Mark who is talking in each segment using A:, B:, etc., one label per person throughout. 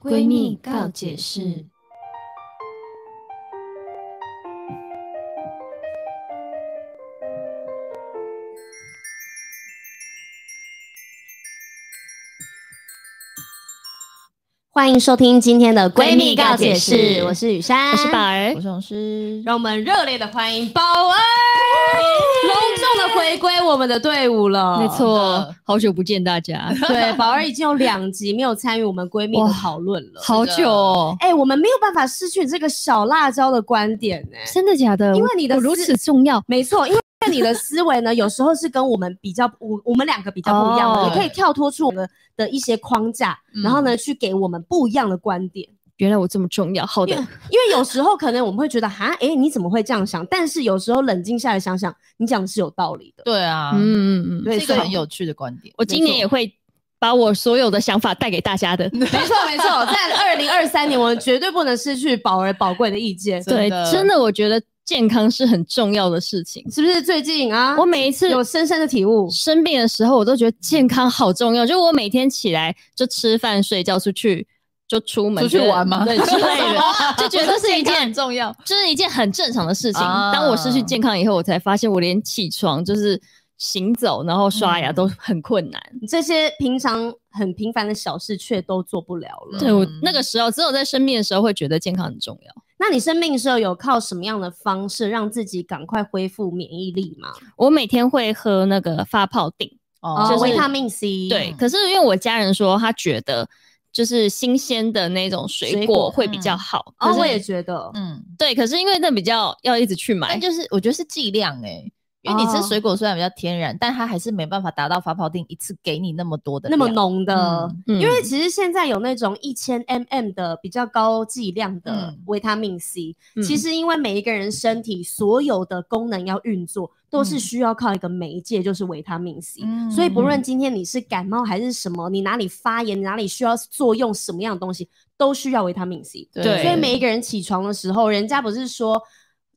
A: 闺蜜告解释。欢迎收听今天的闺蜜告解
B: 闺蜜告解
A: 释，
B: 释
A: 我是雨珊，
B: 我是宝儿
C: 我，总是
B: 让我们热烈的欢迎宝儿，隆重的回归我们的队伍了。
C: 没，错，哦 好久不见 大家，
B: 对，宝儿已经有两集没有参与我们闺蜜的
C: 哇
B: 讨论了。
C: 好久哦，
B: 哎、我们没有办法失去你这个小辣椒的观点呢、
C: 真的假的？
B: 因为你的
C: 我如
B: 思
C: 此重要，
B: 没错，因为你的思维呢，有时候是跟我们比较，我我们两个比较不一样的，
C: 哦
B: 也可以跳脱出我们的一些框架，然后呢，去给我们不一样的观点。
C: 原来我这么重要。好的，
B: 因为有时候可能我们会觉得，哈，哎、你怎么会这样想？但是有时候冷静下来想想，你讲的是有道理的。
D: 对啊，
C: 嗯嗯嗯嗯，
B: 对
D: 是一个
B: 所以
D: 很有趣的观点。
C: 我今年也会把我所有的想法带给大家的。
B: 没错没错，在二零二三年，我们绝对不能失去宝儿宝贵的意见，
D: 真
C: 对，
D: 的
C: 真的，我觉得健康是很重要的事情。
B: 是不是？最近啊，
C: 我每一次
B: 有深深的体悟，
C: 生病的时候，我都觉得健康好重要。就我每天起来就吃饭、睡觉、出去就出门
D: 出去
C: 觉得
D: 玩吗
C: 对 之类的，就觉得这是一
D: 健康
C: 件
D: 很重要。
C: 这是一件很正常的事情。
D: 啊
C: 当我失去健康以后，我才发现我连起床就是行走，然后刷
B: 嗯
C: 牙都很困难。
B: 你这些平常很平凡的小事却都做不了了。
D: 嗯
C: 对我那个时候，只有在生病的时候会觉得健康很重要。
B: 那你生病的时候有靠什么样的方式让自己赶快恢复免疫力吗？
C: 我每天会喝那个发泡锭，
D: 哦
C: 就是
B: 维他命 C，
C: 对。可是因为我家人说他觉得就是新鲜的那种水
B: 水果
C: 果会比较好，
B: 哦，
C: 可
B: 我
C: 是
B: 也觉得，
D: 嗯，
C: 对，可是因为那比较要一直去买
D: 但，就是我觉得是剂量哎、因为你吃水果虽然比较天然，但它还是没办法达到发泡定一次给你那么多的
B: 那么
D: 量
B: 浓的。
D: 嗯
C: 因
B: 因为其实现在有那种一千 mm 的比较高剂量的
D: 嗯
B: 维他命 C，、其
C: 嗯
B: 实因为每一个人身体所有的功能要运作，都是
D: 嗯
B: 需要靠一个媒介，就是维他命 C。
D: 嗯
B: 所以不论今天你是感冒还是什么，你哪里发炎，你哪里需要作用什么样的东西，都需要维他命 C。
D: 对
C: 对
B: 所以每一个人起床的时候，人家不是说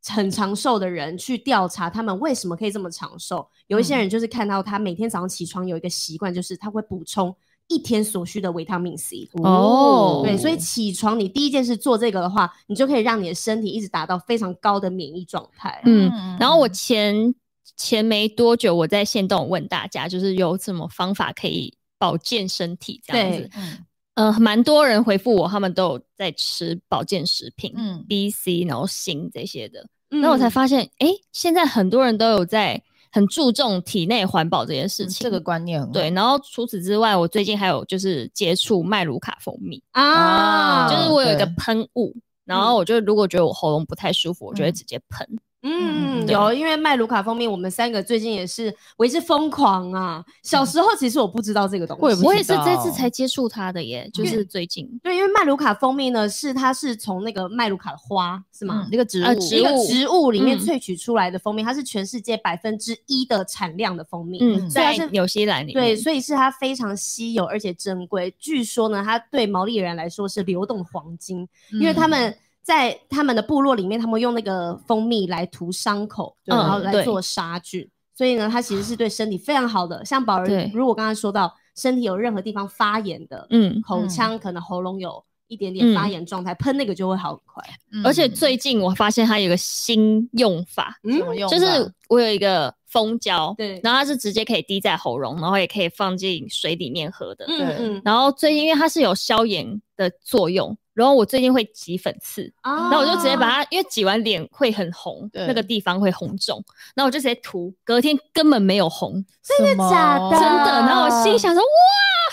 B: 很长寿的人去调查他们为什么可以这么长寿，有一些
D: 嗯
B: 人就是看到他每天早上起床有一个习惯，就是他会补充一天所需的维他命 C。
C: 哦
B: 对，所以起床你第一件事做这个的话，你就可以让你的身体一直达到非常高的免疫状态。
C: 嗯
D: 嗯，
C: 然后我前前没多久，我在线动问大家，就是有什么方法可以保健身体这样子
B: 对。
D: 嗯
C: 呃，蛮多人回复我，他们都有在吃保健食品，嗯
D: 嗯
C: ，B、C，然后锌这些的。
B: 嗯
C: 那我才发现，诶，现在很多人都有在很注重体内环保这件事
D: 嗯
C: 情。
D: 这个观念很好
C: 对，，然后除此之外，我最近还有就是接触麦卢卡蜂蜜，
B: 啊，
D: 哦
C: 就是我有一个
D: 对
C: 喷雾，然后我就如果觉得我喉咙不太舒服，我就会
D: 嗯
C: 直接喷。
D: 嗯
B: 嗯，
D: 对
B: 有，因为麦卢卡蜂蜜，我们三个最近也是为之疯狂啊。小时候其实我不知道这个东
D: 我也
B: 西
D: 不，知
C: 我也是这次
D: 道
C: 才接触它的耶，就
D: 因为
C: 是最近。
B: 对，因为麦卢卡蜂蜜呢，是它是从那个麦卢卡的花是吗
D: 嗯，？那个植物，
C: 啊
B: 一个植物里面
C: 嗯
B: 萃取出来的蜂蜜，它是全世界百分之一的产量的蜂蜜。
D: 啊
C: 嗯，
B: 所以它
C: 在
B: 是
C: 纽西兰里
B: 对，
C: 面，
B: 所以是它非常稀有而且珍贵。据说呢，它对毛利人来说是流动黄金，因为
C: 嗯
B: 他们在他们的部落里面，他们用那个蜂蜜来涂伤口，
C: 嗯
B: 然后来
C: 对
B: 做杀菌。所以呢，它其实是对身体非常好的。像宝儿
C: 对，
B: 如果刚刚说到身体有任何地方发炎的，
C: 嗯，
B: 口
D: 嗯
B: 腔可能喉咙有一点点发炎状态，喷那个就会好很快。
D: 嗯
C: 而且最近我发现它有个新用法，
B: 嗯
D: 怎么用
C: 就是
D: 吧
C: 我有一个蜂胶，
B: 对
C: 然后它是直接可以滴在喉咙，然后也可以放进水里面喝的。
B: 嗯
D: 对
B: 嗯，
C: 然后最近因为它是有消炎的作用，然后我最近会挤粉刺，
B: 啊
C: 然后我就直接把它，因为挤完脸会很红，
D: 对
C: 那个地方会红肿，然后我就直接涂，隔天根本没有红，
D: 真
B: 假的
C: 真的。然后我心里想说，哇，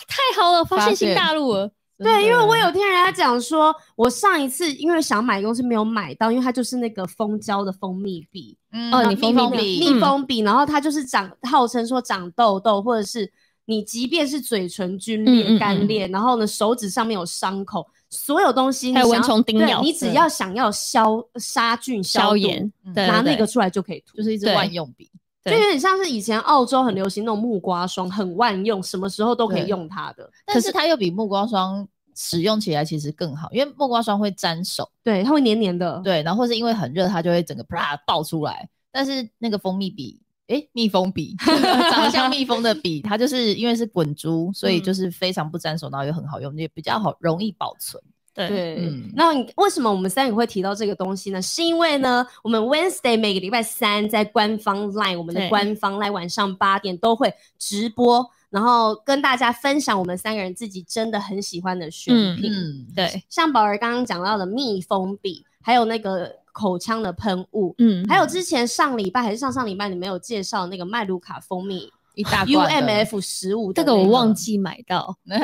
C: 太好了，发
D: 发
C: 现新
D: 现
C: 大陆了。
B: 对，因为我有听人家讲说，我上一次因为想买东西没有买到，因为它就是那个蜂胶的蜂蜜笔，
C: 哦你
D: 呃蜂
C: 蜂蜜
D: 嗯蜜
B: 呃蜜蜂笔，然后它就是长，号称说长痘痘，或者是你即便是嘴唇皲
C: 嗯嗯
B: 裂、
C: 嗯
B: 干裂，然后呢手指上面有伤口，所有东西你
C: 还有
B: 想要
C: 蚊虫叮
B: 对
C: 咬
B: 你只
D: 对
B: 要想要消杀菌
C: 消
B: 毒
C: 炎，
D: 嗯
C: 对
B: 拿
C: 对
B: 那个
C: 对
B: 出来就可以涂，
D: 就是一支
C: 对
D: 万用笔，
B: 就
C: 对
B: 有点像是以前澳洲很流行那种木瓜霜，很万用，什么时候都可以
D: 对
B: 用它的。
D: 但是它又比木瓜霜使用起来其实更好，因为木瓜霜会沾手。
B: 对，它会黏黏的。，
D: 对，然后或是因为很热，它就会整个啪爆出来。但是那个蜂蜜笔诶，蜜蜂笔 长得像蜜蜂的笔，它就是因为是滚珠，所以
C: 嗯
D: 就是非常不沾手，然后又很好用，也比较好，容易保存。
C: 对，
B: 对，
D: 嗯
B: 那你为什么我们三个会提到这个东西呢？是因为呢，我们 Wednesday 每个礼拜三在官方 Line，我们的
C: 对
B: 官方 Line 晚上八点都会直播，然后跟大家分享我们三个人自己真的很喜欢的选品。
D: 嗯，
C: 对，
B: 像宝儿刚刚讲到的密封笔，还有那个口腔的喷雾，
C: 嗯，
B: 还有之前上礼拜还是上上礼拜你们有介绍那个麦卢卡蜂蜜
D: 一大罐的
B: UMF 十五，
C: 这个我忘记买到，
B: 对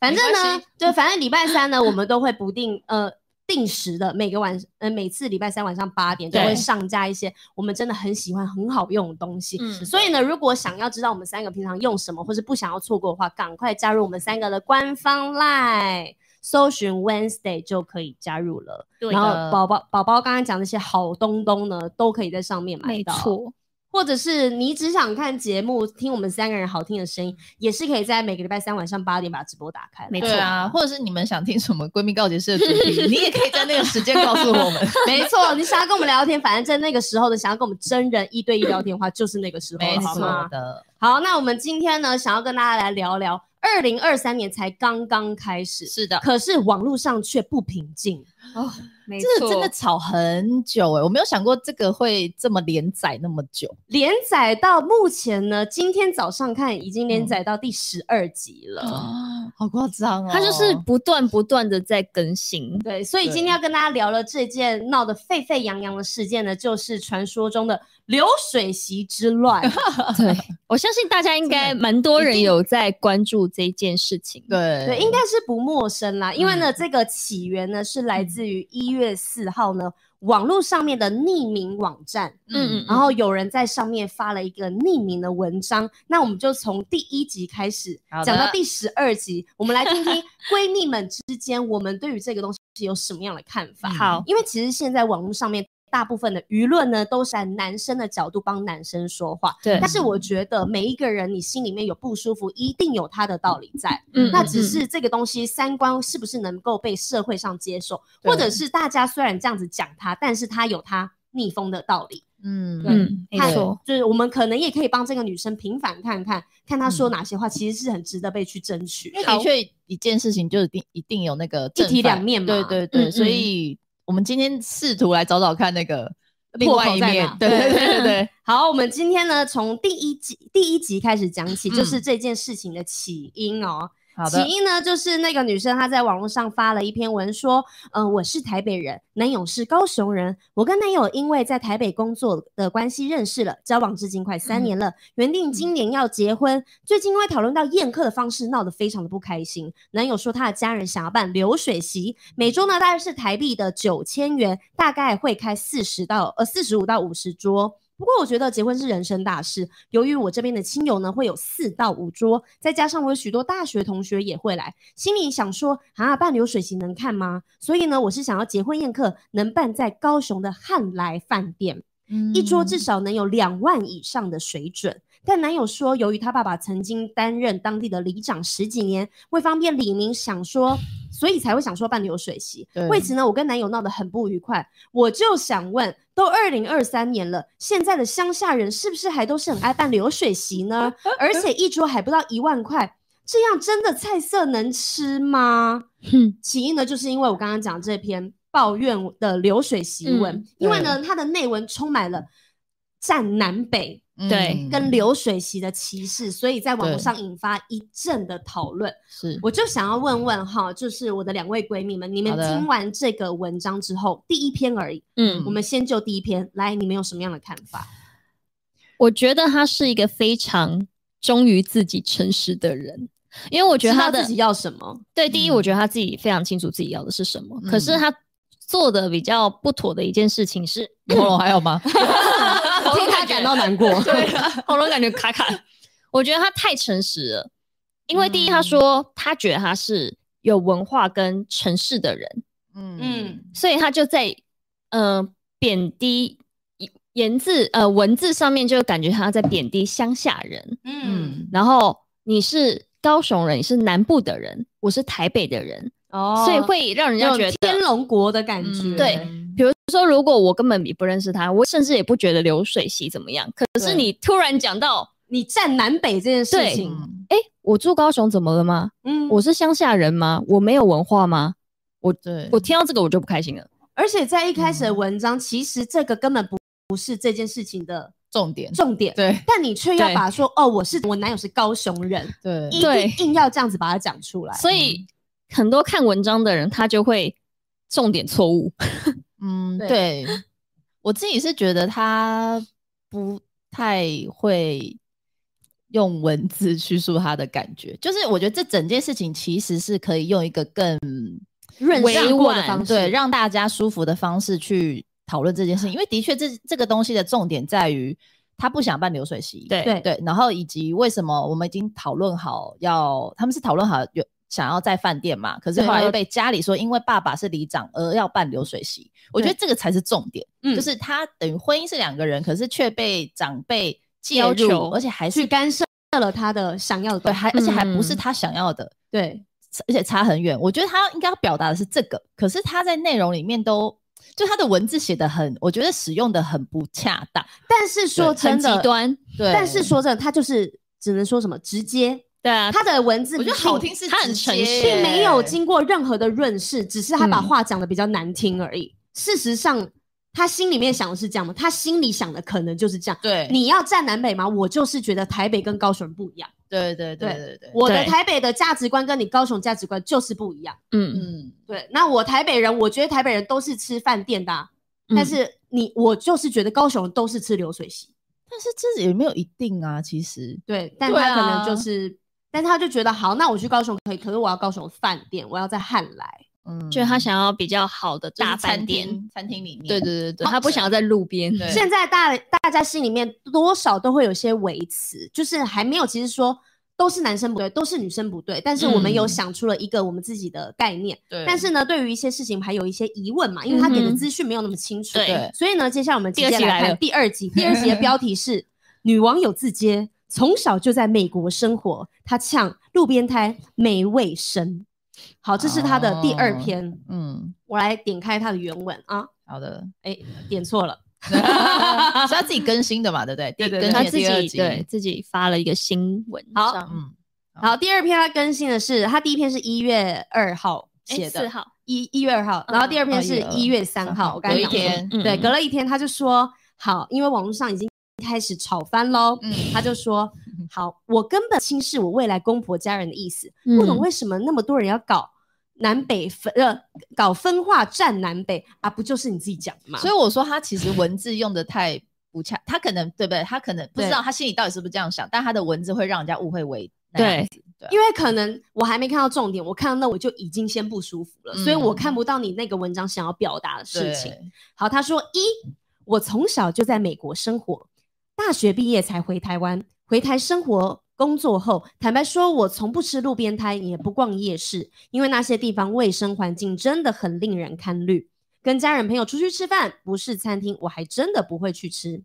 B: 反正
D: 没关
B: 呢
D: 系，
B: 对，反正礼拜三呢，我们都会不定呃定时的，每个晚呃每次礼拜三晚上八点都
C: 对
B: 会上架一些我们真的很喜欢、很好用的东西。
C: 嗯，
B: 所以呢，如果想要知道我们三个平常用什么，或是不想要错过的话，赶快加入我们三个的官方 LINE，搜寻 Wednesday 就可以加入了。
C: 对
B: 然
D: 的
B: 后宝宝宝宝刚刚讲那些好东东呢，都可以在上面买
C: 没
B: 到。
C: 错，
B: 或者是你只想看节目，听我们三个人好听的声音，也是可以在每个礼拜三晚上八点把直播打开。
C: 没错
D: 对啊，或者是你们想听什么闺蜜告解室的主题，你也可以在那个时间告诉 我们。
B: 没错，你想要跟我们聊天，反正在那个时候的想要跟我们真人一对一聊天的话，就是那个时候
D: 没
B: 了，好
D: 错
B: 吗？
D: 的，
B: 好，那我们今天呢，想要跟大家来聊聊，二零二三年才刚刚开始，
D: 是的，
B: 可是网络上却不平静。
C: 哦，没
D: 这个
C: 错
D: 真的吵很久哎、我没有想过这个会这么连载那么久。
B: 连载到目前呢，今天早上看已经
D: 嗯
B: 连载到第十二集了。
D: 啊，好夸张哦！
C: 它就是不断不断的在更新，
B: 对，所以
D: 对
B: 今天要跟大家聊了这件闹得沸沸扬扬的事件呢，就是传说中的流水席之乱。
C: 对，我相信大家应该蛮多人有在关注这件事情。，
D: 对
B: 对，应该是不陌生啦，因为呢，这个起源呢是来自于一月四号呢网络上面的匿名网站，
C: 嗯嗯
B: 然后有人在上面发了一个匿名的文章。那我们就从第一集开始
D: 好的
B: 讲到第十二集，我们来听听闺蜜们之间我们对于这个东西有什么样的看法。
C: 嗯好，
B: 因为其实现在网络上面大部分的舆论呢，都是在男生的角度帮男生说话。
C: 对
B: 但是我觉得每一个人你心里面有不舒服，一定有他的道理在。
C: 嗯
B: 那只是这个东西三观是不是能够被社会上接受，
D: 对
B: 或者是大家虽然这样子讲他，但是他有他逆风的道理。
D: 嗯
C: 嗯，没
B: 看
C: 错，，
B: 就是我们可能也可以帮这个女生平反看看，看她说哪些话其实是很值得被去争取
D: 嗯因为
B: 的。
D: 的确一件事情就一定一定有那个正
B: 一体
D: 反
B: 两面嘛
D: 对对对，
C: 嗯
D: 所
C: 嗯
D: 以我们今天试图来找找看那个另
B: 破
D: 外
B: 口
D: 一
B: 在
D: 面
B: 哪，
D: 对对对 对对，
B: 好，我们今天呢，从第一集第一集开始讲起，
D: 嗯
B: 就是这件事情的起因哦。
D: 好
B: 起
D: 的，
B: 因呢，就是那个女生她在网络上发了一篇文说，呃，我是台北人，男友是高雄人，我跟男友因为在台北工作的关系认识了，交往至今快三
D: 嗯
B: 年了，原定今年要结婚，最近因为讨论到宴客的方式，闹得非常的不开心。男友说他的家人想要办流水席，每桌呢大概是台币的九千元，大概会开四十到呃四十五到五十桌。不过我觉得结婚是人生大事，由于我这边的亲友呢会有四到五桌，再加上我有许多大学同学也会来，心里想说啊，办流水席能看吗？所以呢，我是想要结婚宴客能办在高雄的汉来饭店，一桌至少能有两万以上的水准。但男友说，由于他爸爸曾经担任当地的里长十几年，为方便李明想说，所以才会想说办流水席
D: 对。
B: 为此呢，我跟男友闹得很不愉快。我就想问，都二零二三年了，现在的乡下人是不是还都是很爱办流水席呢？而且一桌还不到一万块，这样真的菜色能吃吗？
C: 嗯
B: 起因呢，就是因为我刚刚讲这篇抱怨的流水席文，
C: 嗯
B: 因为呢，它的内文充满了占南北
D: 嗯
C: 对
B: 跟流水席的歧视，所以在网络
D: 对
B: 上引发一阵的讨论。
D: 是
B: 我就想要问问哈，就是我的两位闺蜜们，你们
D: 好的
B: 听完这个文章之后，第一篇而已，
C: 嗯
B: 我们先就第一篇来，你们有什么样的看法？
C: 我觉得他是一个非常忠于自己、诚实的人，因为我觉得
B: 知
C: 他
B: 道
C: 的
B: 自己要什么？
C: 对，第一，
D: 嗯
C: 我觉得他自己非常清楚自己要的是什么，可是
D: 嗯
C: 他做的比较不妥的一件事情是，
D: 喉咙还 有吗？
B: 替他啊感到难过。 对，啊
C: 喉咙感觉卡卡。我觉得他太诚实了，因为第一，
B: 嗯
C: 他说他觉得他是有文化跟城市的人，
D: 嗯
B: 嗯
C: 所以他就在呃贬低言言字呃文字上面就感觉他在贬低乡下人，
B: 嗯，
C: 然后你是高雄人，你是南部的人，我是台北的人，
B: 哦
C: 所以会让人
B: 有
C: 家觉得
B: 天龙国的感觉。
D: 嗯
C: 对比如说，如果我根本也不认识他，我甚至也不觉得流水席怎么样。可是
D: 对
C: 你突然讲到，
B: 你站南北这件事
C: 对
B: 情，
D: 嗯
C: 哎、我住高雄怎么了吗？
B: 嗯，
C: 我是乡下人吗？我没有文化吗？
D: 对，
C: 我听到这个我就不开心了。
B: 而且在一开
D: 嗯
B: 始的文章，其实这个根本不不是这件事情的
D: 重点，
B: 重点，
D: 对
B: 但你却要
C: 对
B: 把说哦，我是我男友是高雄人，
D: 对
B: 一
C: 对
B: 定硬要这样子把它讲出来。
C: 所以很多看文章的人，他就会重点错误。
D: 嗯，
B: 对
D: 对，我自己是觉得他不太会用文字叙述他的感觉，就是我觉得这整件事情其实是可以用一个更
B: 润
C: 委
B: 饰过的
C: 婉
B: 方式，
D: 对让大家舒服的方式去讨论这件事情，因为的确这这个东西的重点在于他不想办流水席，
C: 对
B: 对
D: 对，然后以及为什么我们已经讨论好要，他们是讨论好有想要在饭店嘛，可是
B: 对
D: 后来又被家里说，因为爸爸是里长而要办流水席，我觉得这个才是重点，
B: 嗯
D: 就是他等于婚姻是两个人，可是却被长辈介
C: 要
D: 入，
C: 求
D: 而且还是
B: 去干涉了他的想要的
D: 对，
B: 东西。
D: 还而且还不是
C: 嗯
D: 他想要的，
B: 对，
D: 而且差很远。我觉得他应该要表达的是这个，可是他在内容里面都。就他的文字写的很，我觉得使用的很不恰当。
B: 但是说
D: 对
B: 真
C: 很极
B: 的，
C: 端，
D: 对，
B: 但是说真的，他就是只能说什么直接，
C: 对啊，
B: 他的文字
D: 我觉得
B: 并
D: 好听是
C: 他很
D: 直
C: 诚
D: 接
C: 实
B: 并没有经过任何的润饰，只是他把
C: 嗯
B: 话讲的比较难听而已。事实上，他心里面想的是这样吗？他心里想的可能就是这样。
D: 对，
B: 你要站南北吗？我就是觉得台北跟高雄不一样，
D: 对对对
B: 对
D: 对对，
B: 我的
C: 对
B: 台北的价值观跟你高雄价值观就是不一样。
C: 嗯，
D: 嗯，
B: 对，那我台北人，我觉得台北人都是吃饭店的啊、但
C: 嗯
B: 是你我就是觉得高雄人都是吃流水席。
D: 但是这也没有一定啊，其实
B: 对，但
D: 对
B: 他可能
D: 啊
B: 就是，但他就觉得好，那我去高雄可以，可是我要高雄饭店，我要在汉来。
D: 嗯，
C: 就是他想要比较好的
D: 就是
C: 大
D: 餐
C: 饭店，
D: 厅餐厅里面，
C: 对对对对，他不想要在路边，
D: 对
B: 现在大大家心里面多少都会有些微词，就是还没有，其实说都是男生不对，都是女生不对，但是我们有
D: 嗯
B: 想出了一个我们自己的概念。
D: 对
B: 但是呢，对于一些事情还有一些疑问嘛，因为他给
C: 嗯
B: 的
C: 哼
B: 资讯没有那么清楚。
C: 对
B: 所以呢，接下来我们直
C: 第二
B: 接
C: 集
B: 来
C: 来
B: 看
C: 了
B: 第二集。第二集的标题是“女网友自揭从小就在美国生活，她呛路边摊没卫生”。好，这是她的第二
D: 哦
B: 篇。
D: 嗯，
B: 我来点开她的原文啊，
D: 好的，
B: 哎、点错了。
D: 是他自己更新的嘛，对不对？
B: 对对对
D: 更
C: 他
D: 新的
C: 自
D: 第二
C: 己
D: 集，
C: 对自己发了一个新闻
B: 好
C: 上，
D: 嗯，
B: 好，第二篇它更新的是，它第一篇是一月二哎号写
C: 诶哎四
B: 的，
C: 号，
B: 一一月二号，然后第二篇是
D: 哦
B: 一月三号，我刚才
D: 有一
B: 讲说
D: 天，
C: 嗯
B: 对，隔了一天，他就说好，因为网络上已经开始吵翻喽，
D: 嗯
B: 他就说好，我根本轻视我未来公婆家人的意思，
C: 嗯
B: 不懂为什么那么多人要搞南北分，呃，搞分化占南北啊，不就是你自己讲的吗？
D: 所以我说他其实文字用的太不恰，他可能对不对？他可能不知道他心里到底是不是这样想，但他的文字会让人家误会为那样子对啊
B: 因为可能我还没看到重点，我看到那我就已经先不舒服了，所以我看不到你那个文章想要表达的事情。
D: 嗯对
B: 好，他说一，我从小就在美国生活，大学毕业才回台湾，回台生活工作后，坦白说，我从不吃路边摊，也不逛夜市，因为那些地方卫生环境真的很令人堪虑。跟家人朋友出去吃饭，不是餐厅，我还真的不会去吃。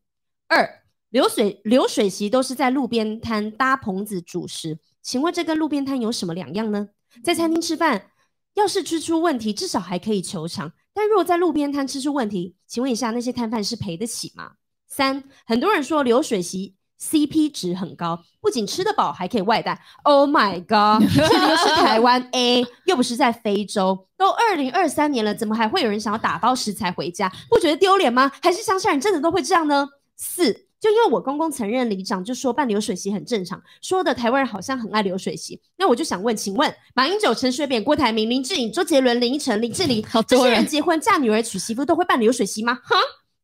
B: 二流水流水席都是在路边摊搭棚子主食，请问这跟路边摊有什么两样呢？在餐厅吃饭，要是吃出问题，至少还可以求偿；但如果在路边摊吃出问题，请问一下，那些摊贩是赔得起吗？三，很多人说流水席 CP 值很高，不仅吃得饱，还可以外带。Oh my god！这里又是台湾 A，又不是在非洲，都二零二三年了，怎么还会有人想要打包食材回家？不觉得丢脸吗？还是乡下人真的都会这样呢？四，就因为我公公曾任里长，就说办流水席很正常，说的台湾人好像很爱流水席。那我就想问，请问马英九、陈水扁、郭台铭、林志颖、周杰伦、林依晨、林志玲，
C: 好
B: 这
C: 多
B: 些人
C: 人
B: 结婚嫁女儿娶媳妇都会办流水席吗？哈。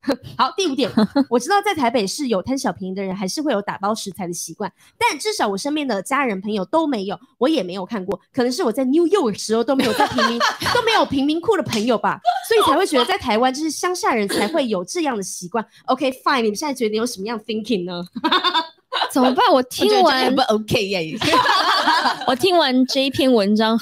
B: 好，第五点，我知道在台北市有贪小便宜的人，还是会有打包食材的习惯，但至少我身边的家人朋友都没有，我也没有看过，可能是我在 New York 的时候都没有在贫民都没有贫民窟的朋友吧，所以才会觉得在台湾就是乡下人才会有这样的习惯。OK fine，你们现在觉得你有什么样的 thinking 呢？
C: 怎么办？我
D: 我觉
C: 听
D: 得这
C: 完
D: 很不 OK 耶，
C: 我听完这一篇文章，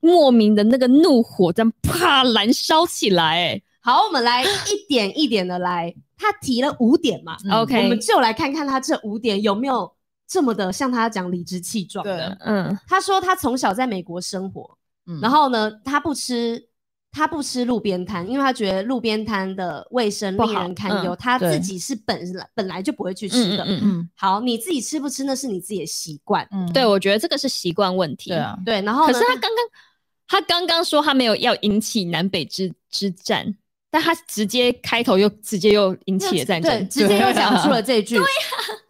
C: 莫名的那个怒火这样啪燃烧起来、哎
B: 好，我们来一点一点的来，他提了五点嘛，
D: 嗯
C: OK
B: 我们就来看看他这五点有没有这么的像他讲理直气壮的。
D: 对，
C: 嗯，
B: 他说他从小在美国生活，
D: 嗯
B: 然后呢，他不吃他不吃路边摊，因为他觉得路边摊的卫生
C: 不
B: 令
C: 好
B: 人堪忧，
C: 嗯
B: 他自
D: 对
B: 己是本来本来就不会去吃
C: 嗯
B: 的。
C: 嗯嗯，
D: 嗯
B: 好，你自己吃不吃那是你自己的习惯。
D: 嗯，
C: 对，我觉得这个是习惯问题。
D: 对啊，
B: 对，然后
C: 可
B: 呢
C: 是他刚刚他刚刚说他没有要引起南北之之战，但他直接开头又直接又引起了战
B: 对，
C: 争，
B: 直接又讲出了这 句。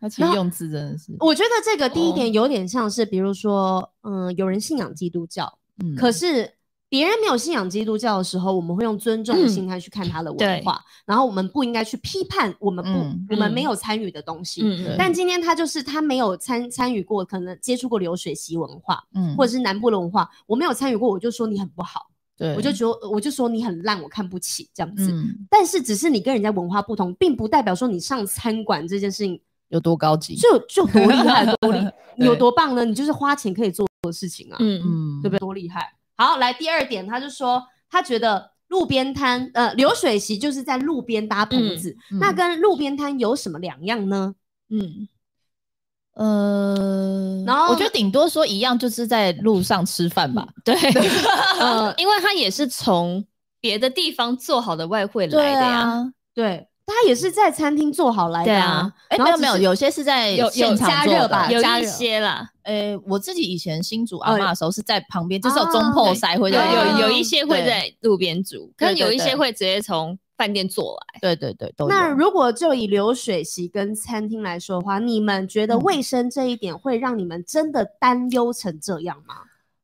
D: 他其实用字真的是，
B: 我觉得这个第一点有点像是，比如说，嗯、有人信仰基督教，
D: 嗯
B: 可是别人没有信仰基督教的时候，我们会用尊重的心态去看他的文
C: 嗯
B: 化，然后我们不应该去批判我们不、
D: 嗯
B: 我们没有参与的东西。
C: 嗯
D: 对
C: 嗯，
B: 但今天他就是他没有参参与过，可能接触过流水席文化
D: 嗯，
B: 或者是南部的文化，我没有参与过，我就说你很不好，
D: 对，
B: 我就觉得我就说你很烂，我看不起这样子。
D: 嗯
B: 但是只是你跟人家文化不同，并不代表说你上餐馆这件事情
D: 有多高级，
B: 就就多厉害多厉，你有
D: 对
B: 多棒呢？你就是花钱可以做的事情啊，
C: 嗯嗯
D: 嗯，
B: 对不对？多厉害！好，来第二点，他就说他觉得路边摊呃流水席就是在路边搭棚子，
D: 嗯
B: 那跟路边摊有什么两样呢？
C: 嗯，
D: 呃，
B: 然后
D: 我觉得顶多说一样，就是在路上吃饭吧。
C: 对，呃，因为他也是从别的地方做好的外汇
B: 嗯
C: 来的呀，
D: 啊，
B: 对，他也是在餐厅做好来的啊。
D: 哎，
B: 然
D: 没
B: 后
D: 有
B: 只
D: 没有，
B: 是
D: 啊有些是在
C: 有有
D: 现
B: 加
D: 场做
B: 热
D: 的
B: 吧
C: 有
B: 加
C: 一
B: 热
C: 些啦，
D: 诶，我自己以前新竹阿
B: 哦
D: 嬷的时候是在旁边，就是有
B: 哦嗯
D: 中破
C: 对
D: 塞会
C: 有
D: 在
C: 有有
B: 对
C: 一些会在路边煮，可
D: 对
C: 是有
D: 对
C: 一些
D: 对
C: 会直接从饭店做来。
D: 对对对哦都有。
B: 那如果就以流水席跟餐厅来说的话，你们觉得
D: 嗯
B: 卫生这一点会让你们真的担忧成这样吗？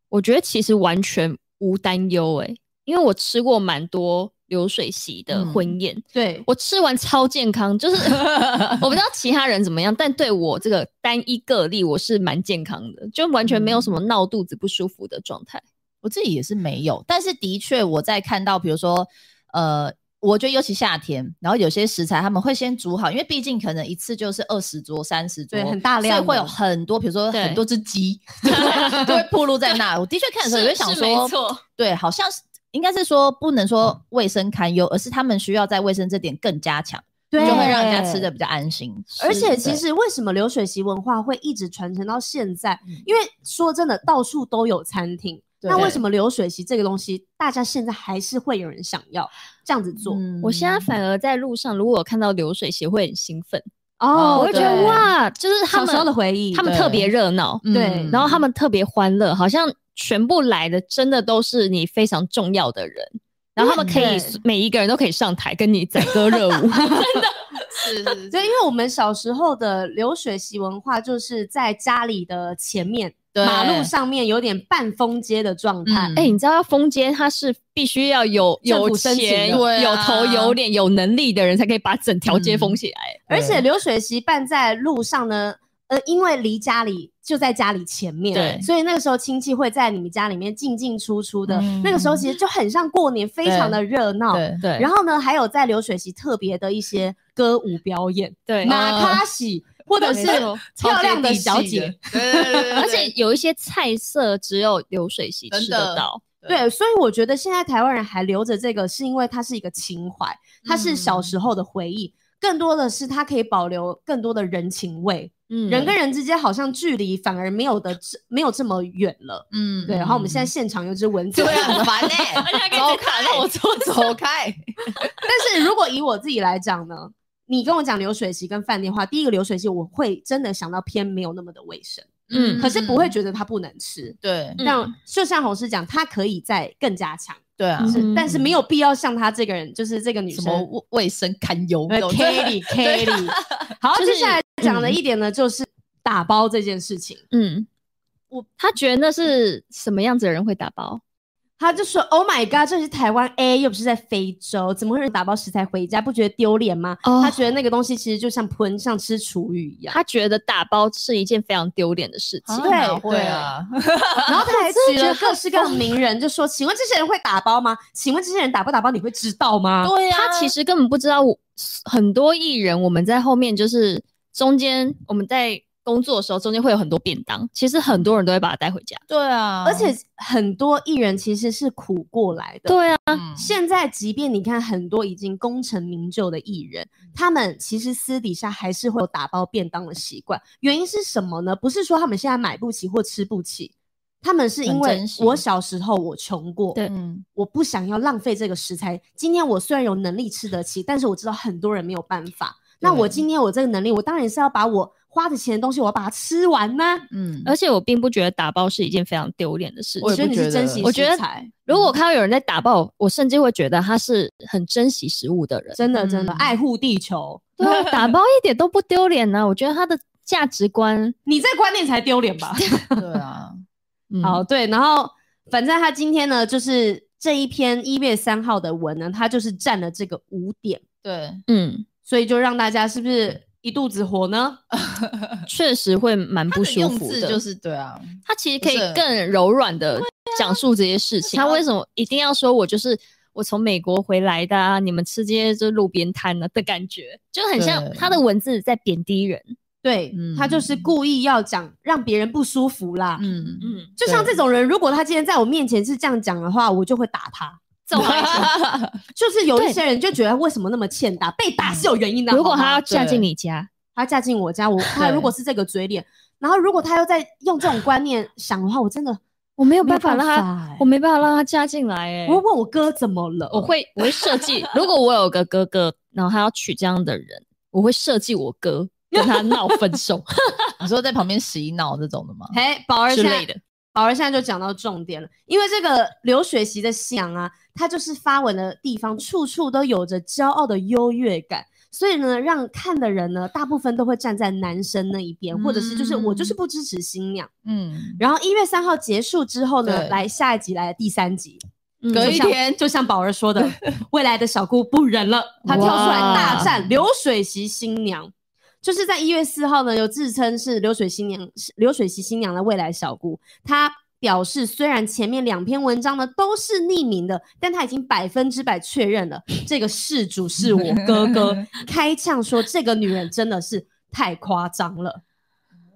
C: 我觉得其实完全无担忧诶，因为我吃过蛮多流水席的
D: 嗯
C: 婚宴，
B: 对，
C: 我吃完超健康，就是 我不知道其他人怎么样，但对我这个单一个例，我是蛮健康的，就完全没有什么闹肚子不舒服的状态。
D: 我自己也是没有，但是的确我在看到，比如说，呃，我觉得尤其夏天，然后有些食材他们会先煮好，因为毕竟可能一次就是二十桌、三十桌，
B: 对很大量
D: 所以会有
B: 的
D: 很多，比如说
C: 对
D: 很多只鸡 就会就会暴露在那。我的确看的时候，我就想
C: 是没
D: 说，
C: 错，
D: 对，好像是应该是说不能说卫生堪忧，而是他们需要在卫生这点更加强，就
B: 对
D: 会让人家吃的比较安心。
B: 而
D: 是
B: 且其
D: 对
B: 实为什么流水席文化会一直传承到现在？因为说真的，到处都有餐厅。
D: 嗯对
B: 那为什么流水席这个东西，大家现在还是会有人想要这样子做？
D: 嗯
C: 我现在反而在路上，如果有看到流水席，会很兴奋，
B: 哦
C: 我会觉得
B: 对
C: 哇，就是他
B: 小时候的
C: 们
B: 回忆，
C: 他们
D: 对
C: 特别热闹，
D: 嗯
B: 对
C: 然后他们特别欢乐，好像全部来的真的都是你非常重要的人。然后他们可以
B: 对
C: 每一个人都可以上台跟你载歌热舞，
D: 是是
B: 对，因为我们小时候的流水席文化，就是在家里的前面
D: 对
B: 马路上面，有点半封街的状态。
D: 嗯
C: 哎、你知道要封街，它是必须要有
B: 政府
C: 有
B: 申请
C: 钱、
B: 的
D: 对啊
C: 有头有脸、有能力的人才可以把整条街封起来。
B: 而且流水席办在路上呢，呃，因为离家里就在家里前面，
D: 对
B: 所以那个时候亲戚会在你们家里面进进出出的，
D: 嗯
B: 那个时候其实就很像过年，非常的热闹。
D: 对
C: 对
B: 然
C: 后
B: 后呢，还有在流水席特别的一些歌舞表演，
C: 对，
B: 马卡喜或者是
C: 没错
B: 漂亮的小姐，，
D: 对 对对，
C: 而且有一些菜色只有流水席
D: 真
C: 吃
D: 的
C: 得到。
D: 对
B: 对，所以我觉得现在台湾人还留着这个，是因为它是一个情怀，它是小时候的回忆，更多的是它可以保留更多的人情味。
C: 嗯
B: 人跟人之间好像距离反而没有的这 没有这么远了。
D: 嗯
B: 对，然后我们现在现场有只蚊子，
D: 对啊，很烦哎、
C: 而且还可以
D: 走
C: 再
D: 开，
C: 打我
D: 桌走开。
B: 但是如果以我自己来讲呢，你跟我讲流水席跟饭店的话，第一个流水席我会真的想到偏没有那么的卫生，
C: 嗯
B: 可是不会觉得它不能吃。
D: 对
C: 嗯
B: 但就像红师讲，它可以再更加强，
D: 对啊，
C: 嗯
B: 但是没有必要像她这个人，就是这个女
D: 什
B: 生
D: 么卫卫生堪忧
B: 呃
D: 那种
B: Kelly Kelly。好，
C: 就是
B: 接下来讲的一点呢，就是打包这件事情。
C: 嗯，我他觉得那是什么样子的人会打包？
B: 他就说：“Oh my god，这是台湾 A，又不是在非洲，怎么会有人打包食材回家？不觉得丢脸吗？”
C: 哦
B: 他觉得那个东西其实就像喷，像吃厨余一样。
C: 他觉得打包是一件非常丢脸的事情。
B: 对
D: 啊哪会啊，
B: 然后他还举
C: 觉
B: 了
C: 得
B: 各式各样的名人，就说：“请问这些人会打包吗？请问这些人打不打包？你会知道吗
D: 对啊，
C: 他其实根本不知道我，很多艺人我们在后面就是中间我们在工作的时候，中间会有很多便当，其实很多人都会把它带回家。
D: 对啊，？”
B: 而且很多艺人其实是苦过来的。
C: 对啊，
D: 嗯
B: 现在即便你看很多已经功成名就的艺人，
D: 嗯
B: 他们其实私底下还是会有打包便当的习惯。原因是什么呢？不是说他们现在买不起或吃不起，他们是因
D: 很
B: 为
D: 珍惜
B: 我小时候我穷过，
A: 对
D: 嗯，
B: 我不想要浪费这个食材。今天我虽然有能力吃得起，但是我知道很多人没有办法。那我今天我这个能力，我当然是要把我花的钱的东西，我要把它吃完呢、
D: 嗯，
C: 而且我并不觉得打包是一件非常丢脸的事
D: 我也
C: 情。
D: 不
B: 所以你是
D: 觉得
B: 珍惜
C: 我觉得
B: 食材，
C: 如果我看到有人在打包，我甚至会觉得他是很珍惜食物的人。
B: 真的真的、
D: 嗯
B: 爱护地球，
C: 对啊，打包一点都不丢脸呢。我觉得他的价值观，
B: 你这观念才丢脸吧？
D: 对啊，
C: 嗯
B: 好，对，然后反正他今天呢，就是这一篇一月三号的文呢，他就是占了这个五点，
D: 对，
C: 嗯，
B: 所以就让大家是不是一肚子火呢？
C: 确实会蛮
D: 他
C: 不
D: 的
C: 舒
D: 用
C: 服
D: 字
C: 的。
D: 就是对啊，
C: 他其实可以
D: 不是很
C: 更柔软的讲述这些事情。
D: 对啊
C: 啊他为什么一定要说我就是我从美国回来的啊？你们吃这些就是路边摊啊的感觉，就很像
D: 对
C: 他的文字在贬低人。
B: 对、他就是
D: 嗯
B: 故意要讲让别人不舒服啦。
D: 嗯嗯，
C: 嗯，
B: 就像这种人，如果他今天在我面前是这样讲的话，我就会打他。
C: 这种爱情
B: 就是有一些人就觉得为什么那么欠打，被打是有原因的。
C: 嗯如果
B: 好吗
C: 他要嫁进
D: 对
C: 你家，
B: 他嫁进我家， 我他
D: 对
B: 如果是这个嘴脸，然后如果他又在用这种观念想的话，我真的
C: 我没有
B: 没有办
C: 办法让他，
B: 法欸。
C: 我没办法让他嫁进来、欸。
B: 我会问我哥怎么了，
C: 我会我会设计，如果我有个哥哥，然后他要娶这样的人，我会设计我 哥跟他闹分 手
D: 你说在旁边洗脑这种的吗？
B: 嘿，哎宝儿
C: 之
B: 现
C: 类
B: 在
C: 的。
B: 宝儿现在就讲到重点了，因为这个刘雪琪的想啊，她就是发文的地方，处处都有着骄傲的优越感，所以呢，让看的人呢，大部分都会站在男生那一边，或者是就是我就是不支持新娘。
D: 嗯，
B: 然后一月三号结束之后呢，
D: 对
B: 来下一集来第三集，
C: 嗯
D: 隔
B: 就
D: 一
B: 像
D: 天
B: 就像宝儿说 的，未来的小姑不忍了，她跳出来大战流水席新娘。就是在一月四号呢，有自称是流水新娘、是流水席新娘的未来小姑，她表示，虽然前面两篇文章呢都是匿名的，但她已经百分之百确认了这个事主是我哥 哥，开呛说这个女人真的是太夸张了。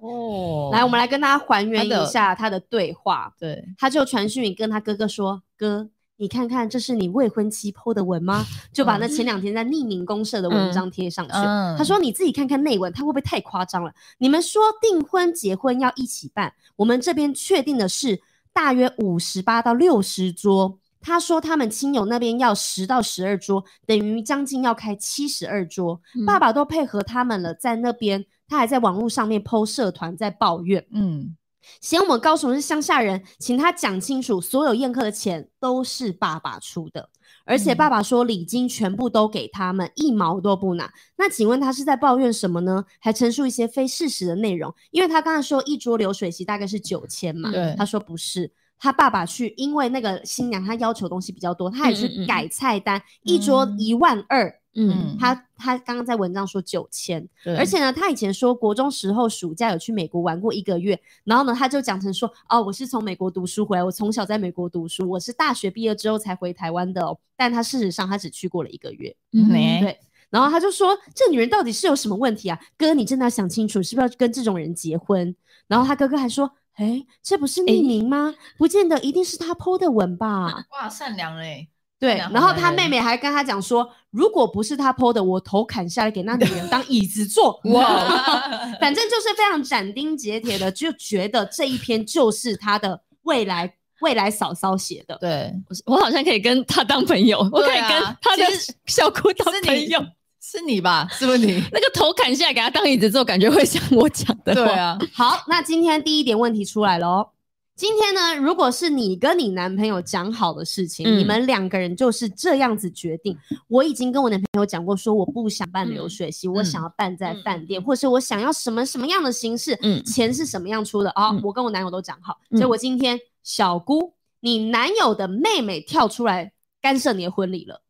D: 哦
B: 来，我们来跟大家还原
D: 她的
B: 一下她的对话。
D: 对，
B: 他就传讯跟他哥哥说：“哥，你看看这是你未婚妻 PO 的文 吗？”就把那前两天在匿名公社的文章贴上去。
D: 嗯
B: 他说：“你自己看看内文，他会不会太夸张了？你们说订婚结婚要一起办，我们这边确定的是大约五十八到六十桌。”他说他们亲友那边要十到十二桌，等于将近要开七十二桌。爸
D: 嗯
C: 爸爸
B: 爸都配合他们了，在那边他还在网络上面 PO 社团在抱怨。
D: 嗯，
B: 嫌我们高雄是乡下人，请他讲清楚，所有宴客的钱都是爸爸出的，而且
C: 嗯
B: 爸爸说礼金全部都给他们，一毛都不拿。那请问他是在抱怨什么呢？还陈述一些非事实的内容，因为他刚才说一桌流水席大概是九千嘛，
D: 对
B: 他说不是。他爸爸去，因为那个新娘她要求东西比较多，他也
C: 嗯
B: 去
C: 嗯嗯
B: 改菜单，一桌
D: 嗯
B: 一万二、
C: 嗯
B: 他他刚刚在文章说九千，
D: 对
B: 而且呢，他以前说国中时候暑假有去美国玩过一个月，然后呢，他就讲成说，哦，我是从美国读书回来，我从小在美国读书，我是大学毕业之后才回台湾的哦。但他事实上他只去过了一个月，
C: 嗯
D: 没
B: 对然后他就说，这女人到底是有什么问题啊？哥，你真的要想清楚，是不是要跟这种人结婚？然后他哥哥还说，哎，这不是匿名吗？不见得一定是他 PO 的文 吧？
D: 哇，善良欸嘞，
B: 对，
D: 善良
B: 然后
D: 好
B: 他
D: 人
B: 妹妹还跟他讲说，如果不是他 PO 的，我头砍下来给那女人当椅子 坐。
D: 哇，
B: 反正就是非常斩钉截铁的，就觉得这一篇就是他的未来未来嫂嫂写的。
D: 对，
C: 我好像可以跟他当朋友，我可以
D: 对啊
C: 跟他的
D: 其实
C: 小姑当
D: 是
C: 朋
D: 你
C: 友。
D: 是你吧？是不是你？
C: 那个头砍下来给他当椅子之后，感觉会像我讲的
D: 对
C: 话。
D: 啊，
B: 好，那今天第一点问题出来喽。今天呢，如果是你跟你男朋友讲好的事情，
C: 嗯
B: 你们两个人就是这样子决定。我已经跟我男朋友讲过，说我不想办流
C: 嗯
B: 水席，我想要办在饭店，或是我想要什么什么样的形式，
C: 嗯
B: 钱是什么样出的啊、
C: 嗯
B: 我跟我男友都讲好，
C: 嗯
B: 结果今天小姑你男友的妹妹跳出来干涉你的婚礼了。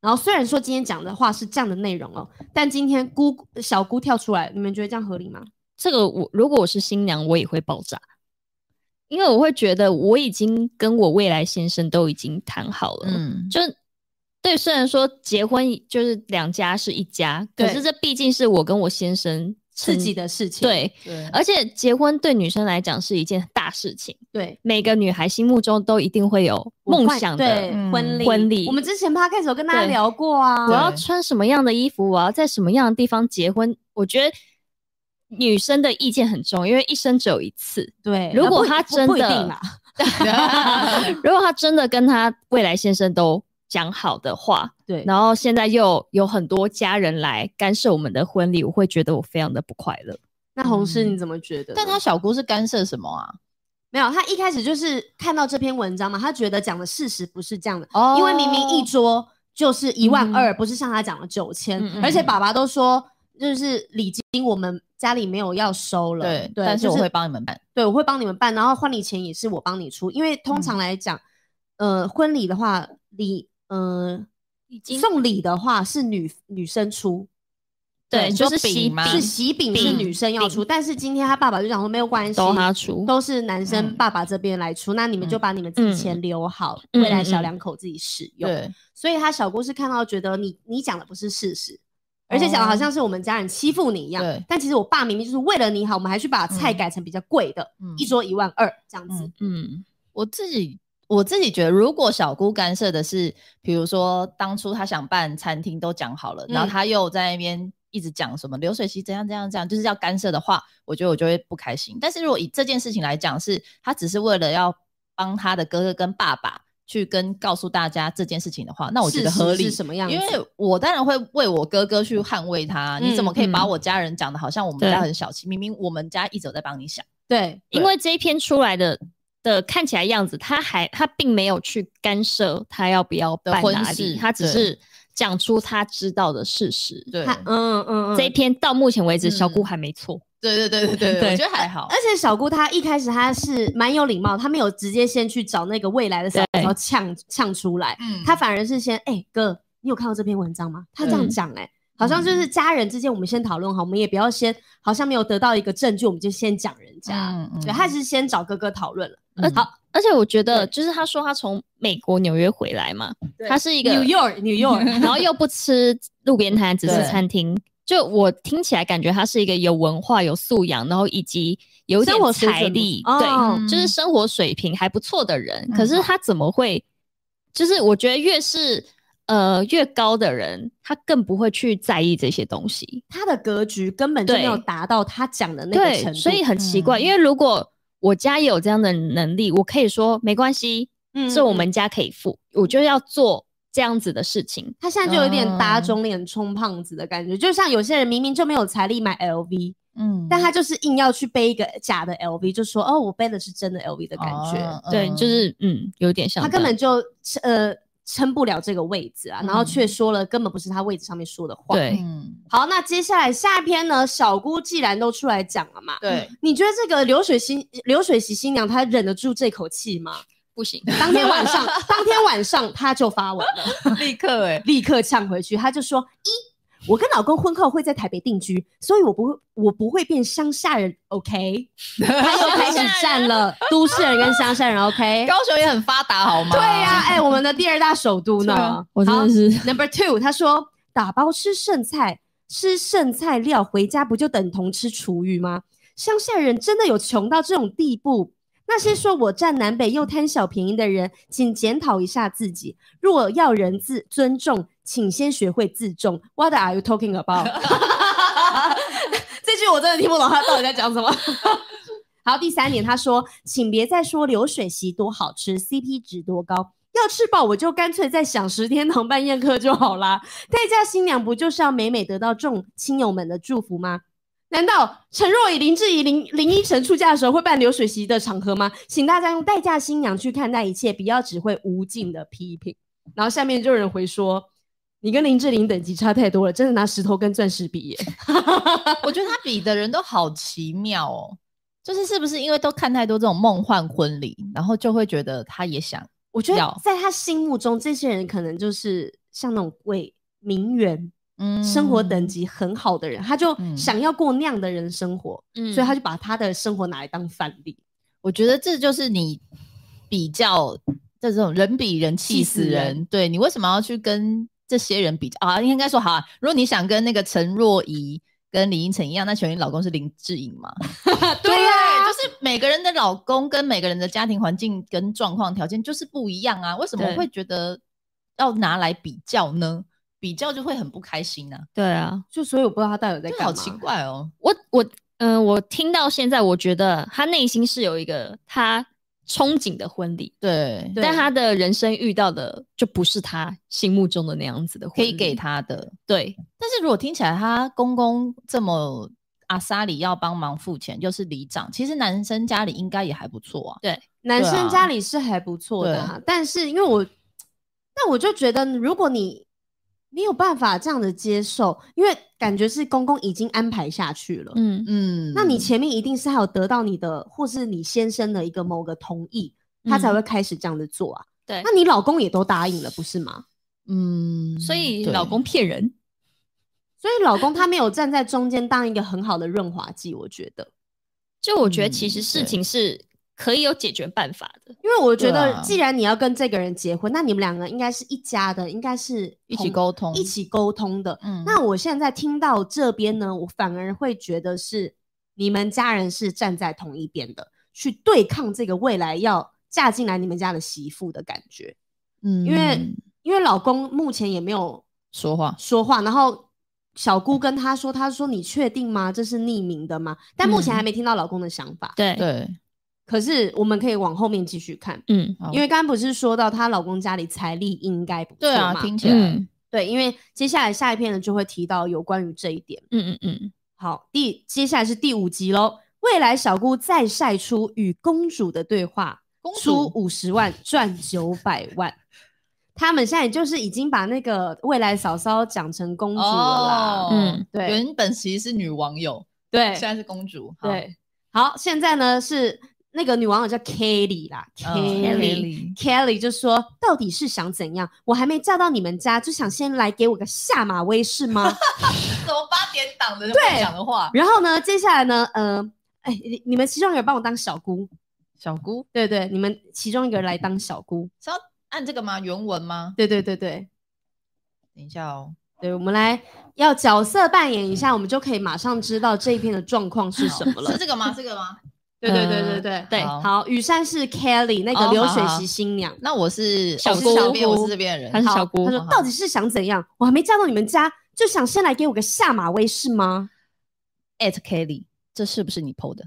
B: 然后虽然说今天讲的话是这样的内容哦，但今天姑小姑跳出来，你们觉得这样合理吗？
C: 这个我如果我是新娘，我也会爆炸，因为我会觉得我已经跟我未来先生都已经谈好了，
D: 嗯，
C: 就对，虽然说结婚就是两家是一家，可
B: 对
C: 是这毕竟是我跟我先生
B: 自
C: 成
B: 己的嗯事情，
C: 对，
D: 对，
C: 而且结婚对女生来讲是一件大事情，
B: 对，
C: 每个女孩心目中都一定会有梦想
B: 对
C: 的。
D: 嗯
B: 婚礼
C: 婚礼
B: 我们之前 podcast 有跟大家
C: 对
B: 聊过啊
C: 我。要
D: 对
C: 穿什么样的衣服？我要在什么样的地方结婚？我觉得女生的意见很重要，因为一生只有一次。
B: 对，
C: 如
B: 啊
C: 果
B: 不
C: 他
B: 不
C: 真
B: 不一
C: 的
B: 定啦，
C: 如果他真的跟他未来先生都讲好的话，
B: 对，
C: 然后现在又有很多家人来干涉我们的婚礼，我会觉得我非常的不快乐。
B: 那红师
D: 嗯
B: 你怎么觉得呢？
D: 但他小姑是干涉什么啊？
B: 没有，他一开始就是看到这篇文章嘛，他觉得讲的事实不是这样的，
D: 哦
B: 因为明明一桌就是一万
C: 嗯
B: 二、不是像他讲的九千、
C: 嗯嗯
B: 而且爸爸都说就是礼金我们家里没有要收了，
D: 对，
B: 对，
D: 但是
B: 就
D: 我会帮你们办。
B: 对，我会帮你们办，然后婚礼钱也是我帮你出，因为通常来讲，呃，婚礼的话，礼，呃，送礼的话是女女生出，
C: 对，
D: 你
C: 就
D: 说
C: 是喜
D: 饼吗
B: 是
D: 嗯
B: 喜饼是
C: 饼
B: 女生要出，但是今天他爸爸就讲说没有关系，
C: 都他出。
B: 都是男生
D: 嗯
B: 爸爸这边来出，那你们就
D: 嗯嗯
B: 把你们自己钱留好，未来
C: 嗯
B: 小
C: 嗯嗯
B: 两口自己使用。
D: 对，
B: 所以他小姑是看到觉得你你讲的不是事实，而且讲的好像是我们家人欺负你一样。
D: 哦对
B: 但其实我爸明明就是为了你好，我们还去把菜
D: 嗯
B: 改成比较贵的，
D: 嗯
B: 一桌一万二这样子。
D: 嗯
C: 嗯，
D: 我自己我自己觉得，如果小姑干涉的是，比如说当初她想办餐厅都讲好了，然
B: 嗯
D: 后她又在那边一直讲什么流水席怎样怎样怎样，就是要干涉的话，我觉得我就会不开心。但是如果以这件事情来讲，是她只是为了要帮她的哥哥跟爸爸去跟告诉大家这件事情的话，那我觉得
B: 事实
D: 合理
B: 是。什么样子？
D: 因为我当然会为我哥哥去捍卫他，你怎么可以把
C: 嗯嗯
D: 我家人讲的好像我们
C: 对
D: 家很小气？明明我们家一直有在帮你想，
B: 对，
C: 因为这一篇出来的的看起来样子，他还他并没有去干涉他要不要办
D: 的婚
C: 哪里，
D: 事
C: 他只
D: 对
C: 是讲出他知道的事实。
D: 对
B: 他嗯嗯嗯，
C: 这一篇到目前为止，
D: 嗯
C: 小姑还没错。
D: 对对对 对对，
C: 对
D: 我觉得还好
B: 而。且小姑她一开始她是蛮有礼貌，她没有直接先去找那个未来的嫂
C: 对
B: 嫂呛呛出来，
D: 嗯
B: 她反而是先哎、哥，你有看到这篇文章吗？她这样
C: 嗯
B: 讲哎、好像就是家人之间我们先讨论好，我们也不要先好像没有得到一个证据，我们就先讲人家。
D: 嗯嗯
B: 对，她是先找哥哥讨论了。
D: 嗯
B: 好
C: 而且我觉得，就是他说他从美国纽约回来嘛，他是一个
B: ，New York，New York，
C: 然后又不吃路边摊，只吃
D: 对
C: 餐厅。就我听起来感觉他是一个有文化、有素养，然后以及有一
B: 生活
C: 点
B: 水
C: 财
B: 准
C: 力，
B: 哦
C: 对，
D: 嗯
C: 就是生活水平还不错的人。
D: 嗯
C: 可是他怎么会？就是我觉得越是呃越高的人，他更不会去在意这些东西。
B: 她的格局根本就没有
C: 对
B: 达到她讲的那个程
C: 对，
B: 度，
C: 所以很奇怪，
D: 嗯
C: 因为如果我家也有这样的能力，我可以说没关系，
B: 嗯
C: 是我们家可以付，我就要做这样子的事情。
B: 她现在就有点打
D: 嗯
B: 肿脸充胖子的感觉，就像有些人明明就没有财力买 LV，
D: 嗯
B: 但他就是硬要去背一个假的 LV，就说哦，我背的是真的 LV 的感觉，
D: 哦
C: 对，就是嗯，有点像
B: 哦他根
C: 这样
B: 本就呃撑不了这个位置啊，
D: 嗯
B: 然后却说了根本不是他位置上面说的话。，
C: 对，
D: 嗯，
B: 好，那接下来下一篇呢，小姑既然都出来讲了嘛，
D: 对，
B: 你觉得这个流水新呃流水席新娘她忍得住这口气吗？
C: 不行。
B: 当天晚上，当天晚上她就发文了。
D: 立刻哎，
B: 立刻呛回去，他就说：一，我跟老公婚后会在台北定居，所以我不会，我不会变乡下人，OK？他又开始站了都市人跟乡下人，OK？
D: 高雄也很发达好吗？
B: 对呀、 哎、我们的第二大首都
D: 对
B: 呢
D: 啊？
C: 我真
B: 好
C: 的是
B: Number two，他说打包吃剩菜，吃剩菜料回家不就等同吃厨余吗？乡下人真的有穷到这种地步？那些说我占南北又贪小便宜的人，请检讨一下自己。若要人自尊重，请先学会自重。What are you talking about？这句我真的听不懂他到底在讲什么。好，第三点，他说，请别再说流水席多好吃，CP 值多高，要吃饱我就干脆再享十天堂办宴客就好啦。待嫁新娘不就是要每每得到众亲友们的祝福吗？难道陈若仪、林志怡、林林依晨出嫁的时候会办流水席的场合吗？请大家用待嫁新娘去看待一切，不要只会无尽的批评。然后下面就有人回说：“你跟林志玲等级差太多了，真的拿石头跟钻石比耶。”
D: 欸我觉得他比的人都好奇妙哦，就是是不是因为都看太多这种梦幻婚礼，然后就会觉得他也想，
B: 我觉得
D: 要
B: 在他心目中，这些人可能就是像那种为名媛、
D: 嗯
B: 生活等级很好的人，他就
D: 嗯
B: 想要过那样的人生活，
C: 嗯
B: 所以他就把他的生活拿来当范例。
D: 我觉得这就是你比较这种人比人气
B: 气
D: 死
B: 死
D: 人，
B: 人
D: 对你为什么要去跟这些人比较啊？应该说好、啊，如果你想跟那个陈若仪跟李依晨一样，那请问你老公是林志颖吗？
B: 对啊呀
D: 就是每个人的老公跟每个人的家庭环境跟状况条件就是不一样啊，为什么
C: 对
D: 会觉得要拿来比较呢？比较就会很不开心啊，
C: 对啊，
B: 就所以我不知道他到底在
D: 这
B: 干
D: 好
B: 嘛。
D: 奇怪哦。
C: 我我嗯、我听到现在，我觉得他内心是有一个他憧憬的婚礼，
D: 对，
B: 对
C: 但他的人生遇到的就不是他心目中的那样子的婚
D: 可
C: 礼，
D: 以给他的。
B: 嗯
C: 对
D: 但是如果听起来他公公这么阿萨里要帮忙付钱，又是里长，其实男生家里应该也还不错啊。
B: 男
D: 对啊
B: 生家里是还不错的、啊，但是因为我，但我就觉得，如果你你有办法这样的接受，因为感觉是公公已经安排下去了，
C: 嗯，
D: 嗯，
B: 那你前面一定是还有得到你的或是你先生的一个某个同意，他才
C: 嗯
B: 会开始这样的做啊。
C: 对
B: 那你老公也都答应了，不是吗？
D: 嗯，
C: 所以
D: 对
C: 老公骗人，
B: 所以老公他没有站在中间当一个很好的润滑剂，我觉得，
C: 就我觉得其实
D: 嗯
C: 事
D: 对
C: 情是可以有解决办法的，
B: 因为我觉
D: 对
B: 得
D: 啊
B: 既然你要跟这个人结婚，那你们两个应该是一家的，应该是
D: 一
B: 同
D: 起沟通，
B: 一，起沟通的。
D: 嗯，
B: 那我现在听到这边呢，我反而会觉得是你们家人是站在同一边的，去对抗这个未来要嫁进来你们家的媳妇的感觉。
D: 嗯，
B: 因为因为老公目前也没有
D: 说话，
B: 说话，然后小姑跟他说，他说你确定吗？这是匿名的吗？但目前
D: 嗯
B: 还没听到老公的想法。
C: 对，
D: 对，
B: 可是我们可以往后面继续看，
C: 嗯
D: 好
B: 因为刚刚不是说到她老公家里财力应该不错
D: 对啊
B: 嘛，
D: 听起来，
C: 嗯
B: 对，因为接下来下一篇呢就会提到有关于这一点。
C: 嗯嗯嗯，
B: 好，第接下来是第五集喽。未来小姑再晒出与公主的对话，
D: 公
B: 出
D: 主
B: 五十万赚九百万。他们现在就是已经把那个未来嫂嫂讲成公主了啦。
D: 哦
C: 嗯
B: 对
D: 原本其实是女网友，
B: 对
D: 现在是公主，好
B: 对，好，现在呢是那个女网友叫 Kelly 啦、
D: 嗯
B: Kelly。
D: Kelly
B: Kelly 就说：“到底是想怎样？我还没嫁到你们家，就想先来给我个下马威是 吗？”
D: 怎么八点档的对讲的话，
B: 然后呢，接下来呢，呃，哎、你你们其中一个人帮我当小姑，
D: 小姑
B: 对对，你们其中一个人来当小姑，
D: 是要按这个吗？原文吗？
B: 对对对对
D: 等一下哦，
B: 对，我们来要角色扮演一下，我们就可以马上知道这一篇的状况是什么了
D: 是。这个吗？这个吗？
B: 对对对对对、
C: 对
D: 好
B: 好，雨珊是 Kelly 那个
D: 哦
B: 流
D: 好
B: 水
D: 好
B: 席新娘。
D: 那我是
C: 小
D: 我是
C: 姑
D: 这边，我是这边的
C: 她
D: 人
C: 是。
B: 哦好
C: 小姑
B: 她说
D: 好好
B: 到底是想怎样？我还没嫁到你们家，就想先来给我个下马威是吗？
D: at Kelly，这是不是你 PO 的？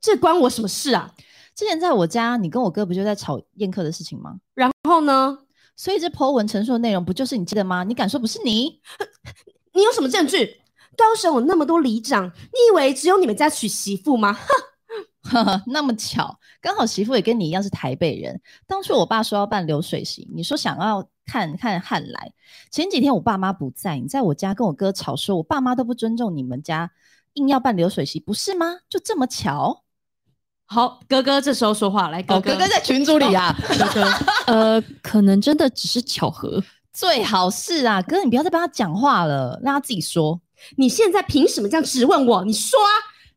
B: 这关我什么事啊？
D: 之前在我家，你跟我哥不就在吵宴客的事情吗？
B: 然后呢？
D: 所以这 PO 文陈述的内容不就是你记得吗？你敢说不是你？
B: 你有什么证据？高雄有那么多里长，你以为只有你们家娶媳妇吗？
D: 呵呵， 那么巧，刚好媳妇也跟你一样是台北人。当初我爸说要办流水席，你说想要看看汉来。前几天我爸妈不在，你在我家跟我哥吵说，我爸妈都不尊重你们家，硬要办流水席，不是吗？就这么巧？ 哦
B: 好，哥哥这时候说话，来，哥哥，
D: 在群组 里啊，
B: 哥哥，
C: 呃，可能真的只是巧合，
D: 最好是啊，哥，你不要再帮他讲话了，让他自己说。
B: 你现在凭什么这样质问我？你说啊，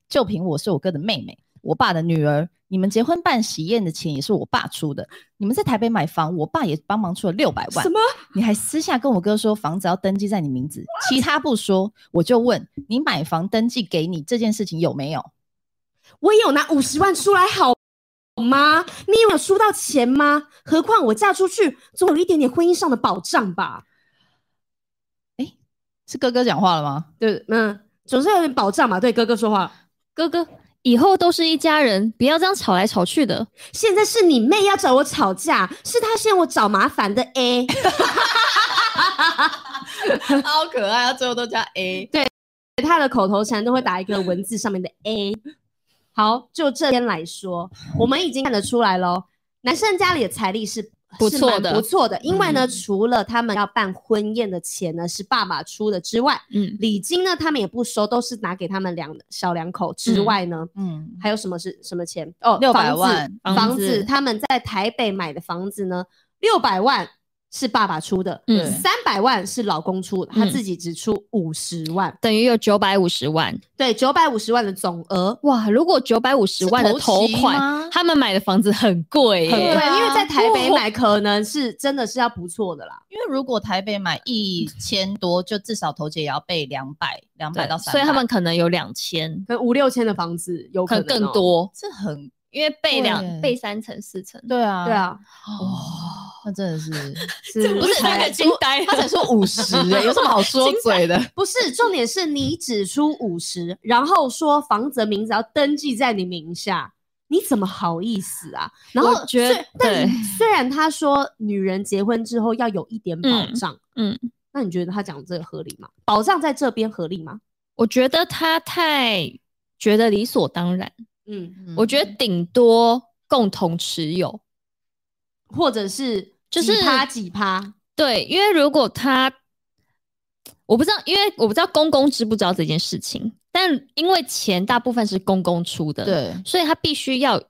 D: 就凭我是我哥的妹妹，我爸的女儿，你们结婚办喜宴的钱也是我爸出的，你们在台北买房，我爸也帮忙出了六百万
B: 什。么？
D: 你还私下跟我哥说房子要登记在你名字，其他不说，我就问你买房登记给你这件事情有没有？
B: 我也有拿五十万出来好吗？你以为有输到钱吗？何况我嫁出去，总有一点点婚姻上的保障吧？
D: 是哥哥讲话了 吗？
B: 对，嗯，总是有点保障嘛。对哥哥说话，
C: 哥哥以后都是一家人，不要这样吵来吵去的。
B: 现在是你妹要找我吵架，是她嫌我找麻烦的 A。
D: 好可爱，他最后都加 A。对，
B: 他的口头禅都会打一个文字上面的 A。好，就这边来说，我们已经看得出来喽，男生家里的财力是
C: 不错
B: 是蛮
C: 的嗯
B: 不错的。因为呢，除了他们要办婚宴的钱呢是爸爸出的之外，
C: 嗯，
B: 礼金呢他们也不收，都是拿给他们两小两口之外呢。
D: 嗯，
B: 还有什么是什么钱？哦，
D: 600
B: 房子
D: 万
B: 房
C: 房子
B: 子，他们在台北买的房子呢，六百万是爸爸出的，
C: 嗯
B: 三百万是老公出的，他
C: 嗯
B: 自己只出五十万。
C: 等于有九百五十万
B: 对，九百五十万的总额。
C: 哇！如果九百五十万的头
D: 是头期
C: 款
D: 吗，
C: 他们买的房子很贵耶、
B: 很贵，
D: 对啊
B: 因为在台北
C: 哇
B: 买可能是真的是要不错的啦。
D: 因为如果台北买一千多，就至少头姐也要备两百、两百到
C: 对，
D: 三百，
C: 所以他们可能有两千，
B: 可能五六千的房子有
C: 可
B: 能
C: 能更
B: 哦。
C: 多，
D: 这很
C: 因为背
D: 对
C: 两背三层四层。
D: 对啊，
B: 对，啊，
D: 哇、那真的是
B: 是
C: 不是那
B: 才
C: 个惊呆，
D: 他才说五 十哎，有什么好说嘴的？
B: 不是，重点是你只出五十，然后说房子的名字要登记在你名下，你怎么好意思啊？然后
C: 我觉得
B: 虽但虽然他说女人结婚之后要有一点保障，
C: 嗯
B: 那你觉得他讲这个合理吗？保障在这边合理吗？
C: 我觉得他太觉得理所当然，
B: 嗯，
C: 我觉得顶多共同持有，
B: 或者是
C: 就是
B: 几趴几趴，
C: 对，因为如果他，我不知道，因为我不知道公公知不知道这件事情，但因为钱大部分是公公出的，，
D: 对，
C: 所以他必须要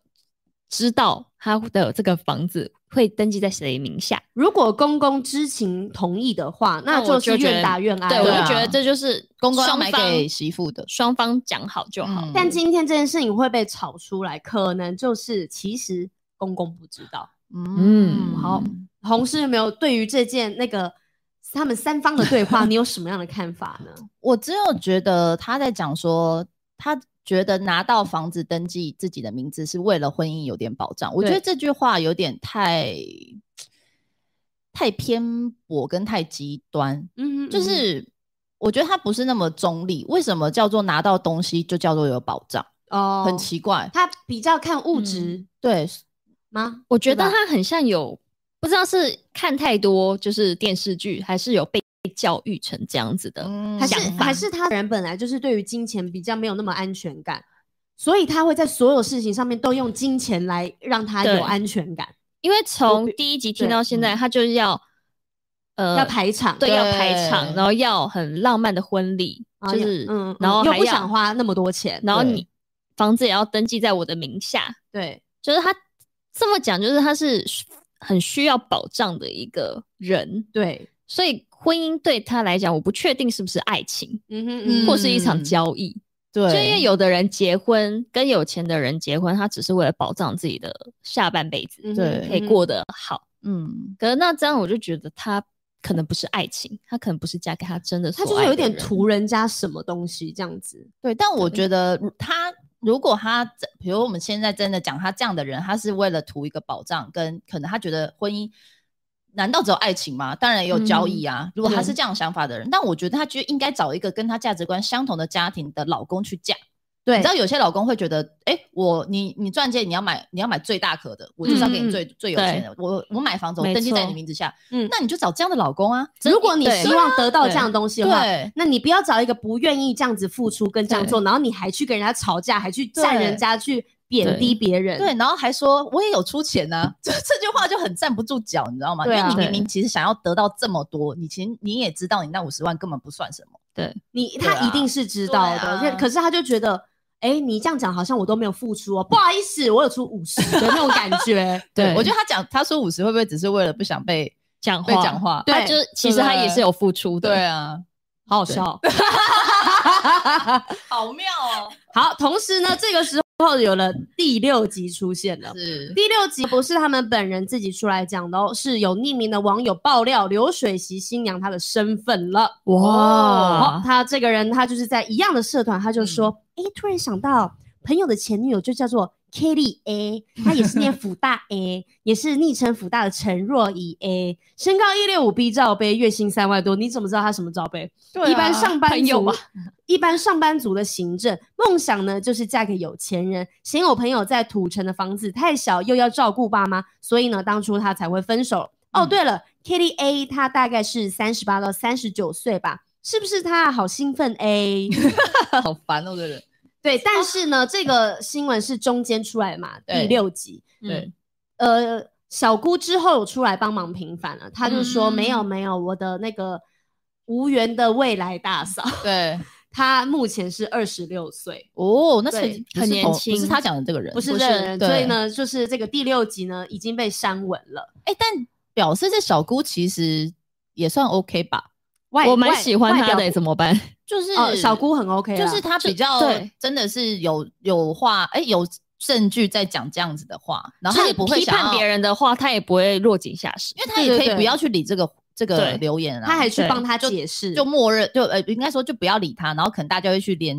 C: 知道他的这个房子会登记在谁名下。
B: 如果公公知情同意的话，那
C: 我
B: 就是
C: 就觉
B: 愿
C: 得
B: 打愿挨
C: 对，我
B: 了。
C: 就
D: 对啊
C: 觉得这就是
D: 公公要
C: 双
D: 买
C: 方
D: 给媳妇的
C: 双方讲好就好。
D: 嗯
B: 但今天这件事情会被炒出来，可能就是其实公公不知道。
C: 嗯
B: 好红师有没有对于这件那个他们三方的对话，你有什么样的看法 呢？
D: 我只有觉得他在讲说，他觉得拿到房子登记自己的名字是为了婚姻有点保障。我觉
B: 对
D: 得这句话有点太太偏颇跟太极端，
B: 嗯，
D: 就是我觉得他不是那么中立。为什么叫做拿到东西就叫做有保障？
B: 哦，
D: 很奇怪。
B: 他比较看物
C: 嗯
B: 质
D: 对，
B: 吗？
C: 我觉
B: 对
C: 得
B: 吧
C: 他很像有不知道是看太多就是电视剧，还是有被教育成这样子的。
D: 嗯
B: 还
C: 想
B: 是
C: 法
B: 还是他人本来就是对于金钱比较没有那么安全感，所以他会在所有事情上面都用金钱来让他
C: 对
B: 有安全感，
C: 因为
B: 我
C: 从
B: 比
C: 第一集听
B: 对嗯
C: 到现在，他就是要呃
B: 要排场，
C: 对，
D: 对
C: 要排场，然后要很浪漫的婚礼，
B: 啊
C: 就是
B: 嗯，嗯
C: 然后
B: 又
C: 还
B: 不
C: 要
B: 想花那么多钱，
C: 然后
D: 对
C: 你房子也要登记在我的名下，
B: 对，
C: 就是他这么讲，就是他是很需要保障的一个人，
B: 对，
C: 所以婚姻对他来讲，我不确定是不是爱情，
B: 嗯哼
D: 嗯
C: 或是一场交易，
D: 对，
C: 就因为有的人结婚跟有钱的人结婚，他只是为了保障自己的下半辈子
B: 嗯哼
D: 对
C: 可以过得好，
D: 嗯，
C: 可是那这样我就觉得他。可能不是爱情，他可能不是嫁给他真的
B: 他就
C: 所爱
B: 是有
C: 的
B: 点
C: 人
B: 图人家什么东西这样子，
D: 对。但我觉得如他如果他真，比如我们现在真的讲他这样的人，他是为了图一个保障，跟可能他觉得婚姻。难道只有爱情吗？当然也有交易
B: 嗯
D: 啊。如果他是这样想法的人，但我觉得他就应该找一个跟他价值观相同的家庭的老公去嫁。
B: 对
D: 你知道有些老公会觉得，哎、我你你赚钱，你要买你要买最大壳的，我就是要给
B: 嗯嗯
D: 你最、最有钱的。我我买房子，我
C: 没
D: 登记在你
C: 错
D: 名字下，
B: 嗯
D: 那你就找这样的老公啊。
B: 如果你
C: 对
B: 希望得到这样的东西的话，
D: 对
B: 那你不要找一个不愿意这样子付出跟这样
D: 对
B: 做，然后你还去跟人家吵架，还去占
D: 对
B: 人家，去贬低别人。
D: 对，然后还说我也有出钱呢、 这这句话就很站不住脚，你知道吗？因
B: 对
D: 为
B: 啊
D: 你明明其实想要得到这么多，你其实你也知道你那五十万根本不算什么。
B: 你
D: 对啊
B: 他一定是知道的，
D: 对啊
B: 可是他就觉得。哎，你这样讲好像我都没有付出哦，不好意思，我有出五十的那种感觉。
C: 对
D: 我觉得他讲他说五十会不会只是为了不想被
C: 讲
D: 被
C: 话，
D: 讲话？
B: 对
C: 他就是其实他也是有付出的，
D: 对啊，
B: 好好笑。哦
D: 好妙哦，
B: 好，同时呢，这个时候有了第六集出现了。
D: 是
B: 第六集不 是他们本人自己出来讲的哦，是有匿名的网友爆料流水席新娘她的身份了。
C: 哇
B: 哦，她这个人，她就是在一样的社团，她就说，诶，突然想到朋友的前女友就叫做 Kelly A，她也是念辅大 A，也 是昵称辅大的陈若仪 A，身高一六五 B 罩杯，月薪三万多，你怎么知道她什么罩杯？
D: 对啊
B: 一般上班
C: 朋友
B: 族
C: 嘛，
B: 一般上班族的行政梦想呢，就是嫁给有钱人。嫌有朋友在土城的房子太小，又要照顾爸妈，所以呢，当初他才会分手。哦，
D: 嗯
B: 对了，Kitty A 她大概是三十八到三十九岁吧，是不是她啊？好兴奋 A。
D: 好烦哦，这个 人。
B: 对，但是呢，这个新闻是中间出来嘛，
D: 对
B: 第六集。
D: 对
B: 呃，小姑之后有出来帮忙平反了，她就说、
D: 嗯
B: 没有没有，我的那个无缘的未来大嫂，
D: 对，
B: 她目前是二十六岁。
D: 哦，那是
B: 对
D: 不是
C: 很年
D: 同
C: 轻
D: 不是他讲的这个人，
B: 不是
C: 不
B: 这
C: 是
B: 人，
D: 对
B: 所以呢，就是这个第六集呢已经被删文了。
D: 哎、但表示这小姑其实也算 OK 吧，
B: 外
C: 我蛮喜欢他的，欸怎
B: 么？
C: 么办？
D: 就是、
B: 哦，小姑很 OK，啦
D: 就是他啊比较
C: 对
D: 真的是有有话，哎、有证据在讲这样子的话，然后他也不会
C: 批
D: 想
C: 判
D: 要
C: 别，人的话，他也不会落井下石
D: 因。为他也
B: 对
D: 可
B: 对
D: 以
B: 对
D: 不要去理这个这个
C: 对
D: 留言啊，
B: 他还去
C: 对
B: 帮他解释，
D: 就默认就呃应该说就不要理他，然后可能大家会去连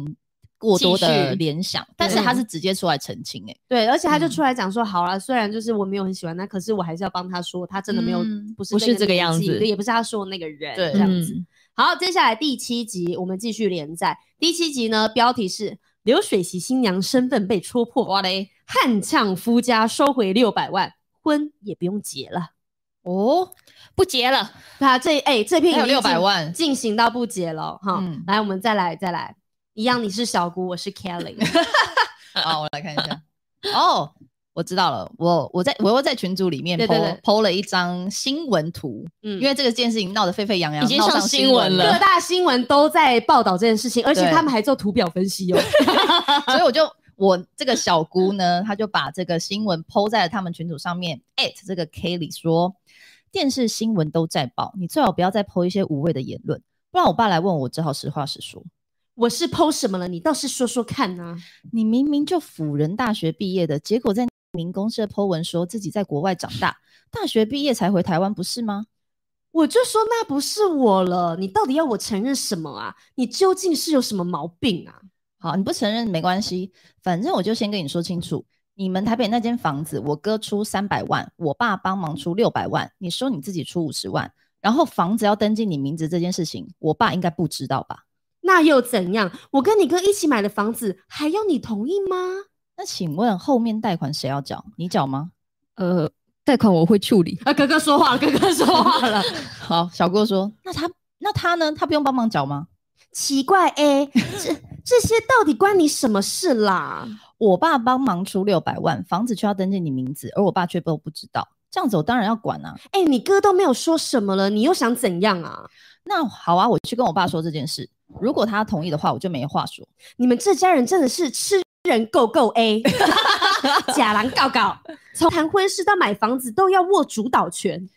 D: 过多
C: 继
D: 的
C: 续
D: 联想，但是他是直接出来澄清、欸，哎，
B: 对，而且他就
D: 嗯
B: 出来讲说，好了，虽然就是我没有很喜欢他，可是我还是要帮他说，他真的没有、
D: 嗯
B: 不是
C: 不
B: 那
C: 是这个
B: 年
C: 样
B: 纪
C: 子
B: 对也不是他说的那个人，
D: 对
B: 这样子。
C: 嗯
B: 好，接下来第七集我们继续连载，第七集呢标题是流水席新娘身份被戳破，哇嘞，悍呛夫家收回六百万，婚也不用结了。
D: 哦，
C: 不结了，
B: 那这哎、这篇
D: 还有
B: 已经
D: 六百
B: 进
D: 万，
B: 进行到不结了哈。
D: 嗯
B: 来，我们再来再来，一样你是小姑，我是 Kelly，
D: 好，我来看一下， 哦。我知道了，我我在我又在群组里面
B: 对
D: PO
B: 对对
D: PO 了一张新闻图，
B: 嗯，
D: 因为这个件事情闹得沸沸扬扬，
C: 已经
D: 闹
C: 上
D: 上
C: 新闻
D: 闻
C: 了
B: 各大新闻都在报道这件事情，而且
D: 对
B: 他们还做图表分 析哦。
D: 所以我就我这个小姑呢，她就把这个新闻抛在了他们群组上面，at 这个 Kelly 说，电视新闻都在报，你最好不要再抛一些无谓的言论，不然我爸来问我，我只好实话实说。
B: 我是剖什么了？你倒是说说看呐、
D: 你明明就辅仁大学毕业的，结果在民公社 Po 文说自己在国外长大，大学毕业才回台湾，不是吗？
B: 我就说那不是我了，你到底要我承认什么啊？你究竟是有什么毛病啊？
D: 好，你不承认没关系，反正我就先跟你说清楚，你们台北那间房子，我哥出三百万，我爸帮忙出六百万，你说你自己出五十万，然后房子要登记你名字这件事情，我爸应该不知道吧？
B: 那又怎样？我跟你哥一起买的房子，还要你同意吗？
D: 那请问后面贷款谁要缴？你缴吗？
C: 呃，贷款我会处理，
B: 啊，哥哥说话了，哥哥说话了。
D: 好，小郭说，那他那他呢？他不用帮忙缴吗？
B: 奇怪，哎、这这些到底关你什么事啦？
D: 我爸帮忙出六百万，房子却要登记你名字，而我爸却都不知道，这样子我当然要管啊。
B: 哎、你哥都没有说什么了，你又想怎样啊？
D: 那好啊，我去跟我爸说这件事，如果他同意的话，我就没话说。
B: 你们这家人真的是吃人够够 A，假狼告告，从谈婚事到买房子都要握主导权。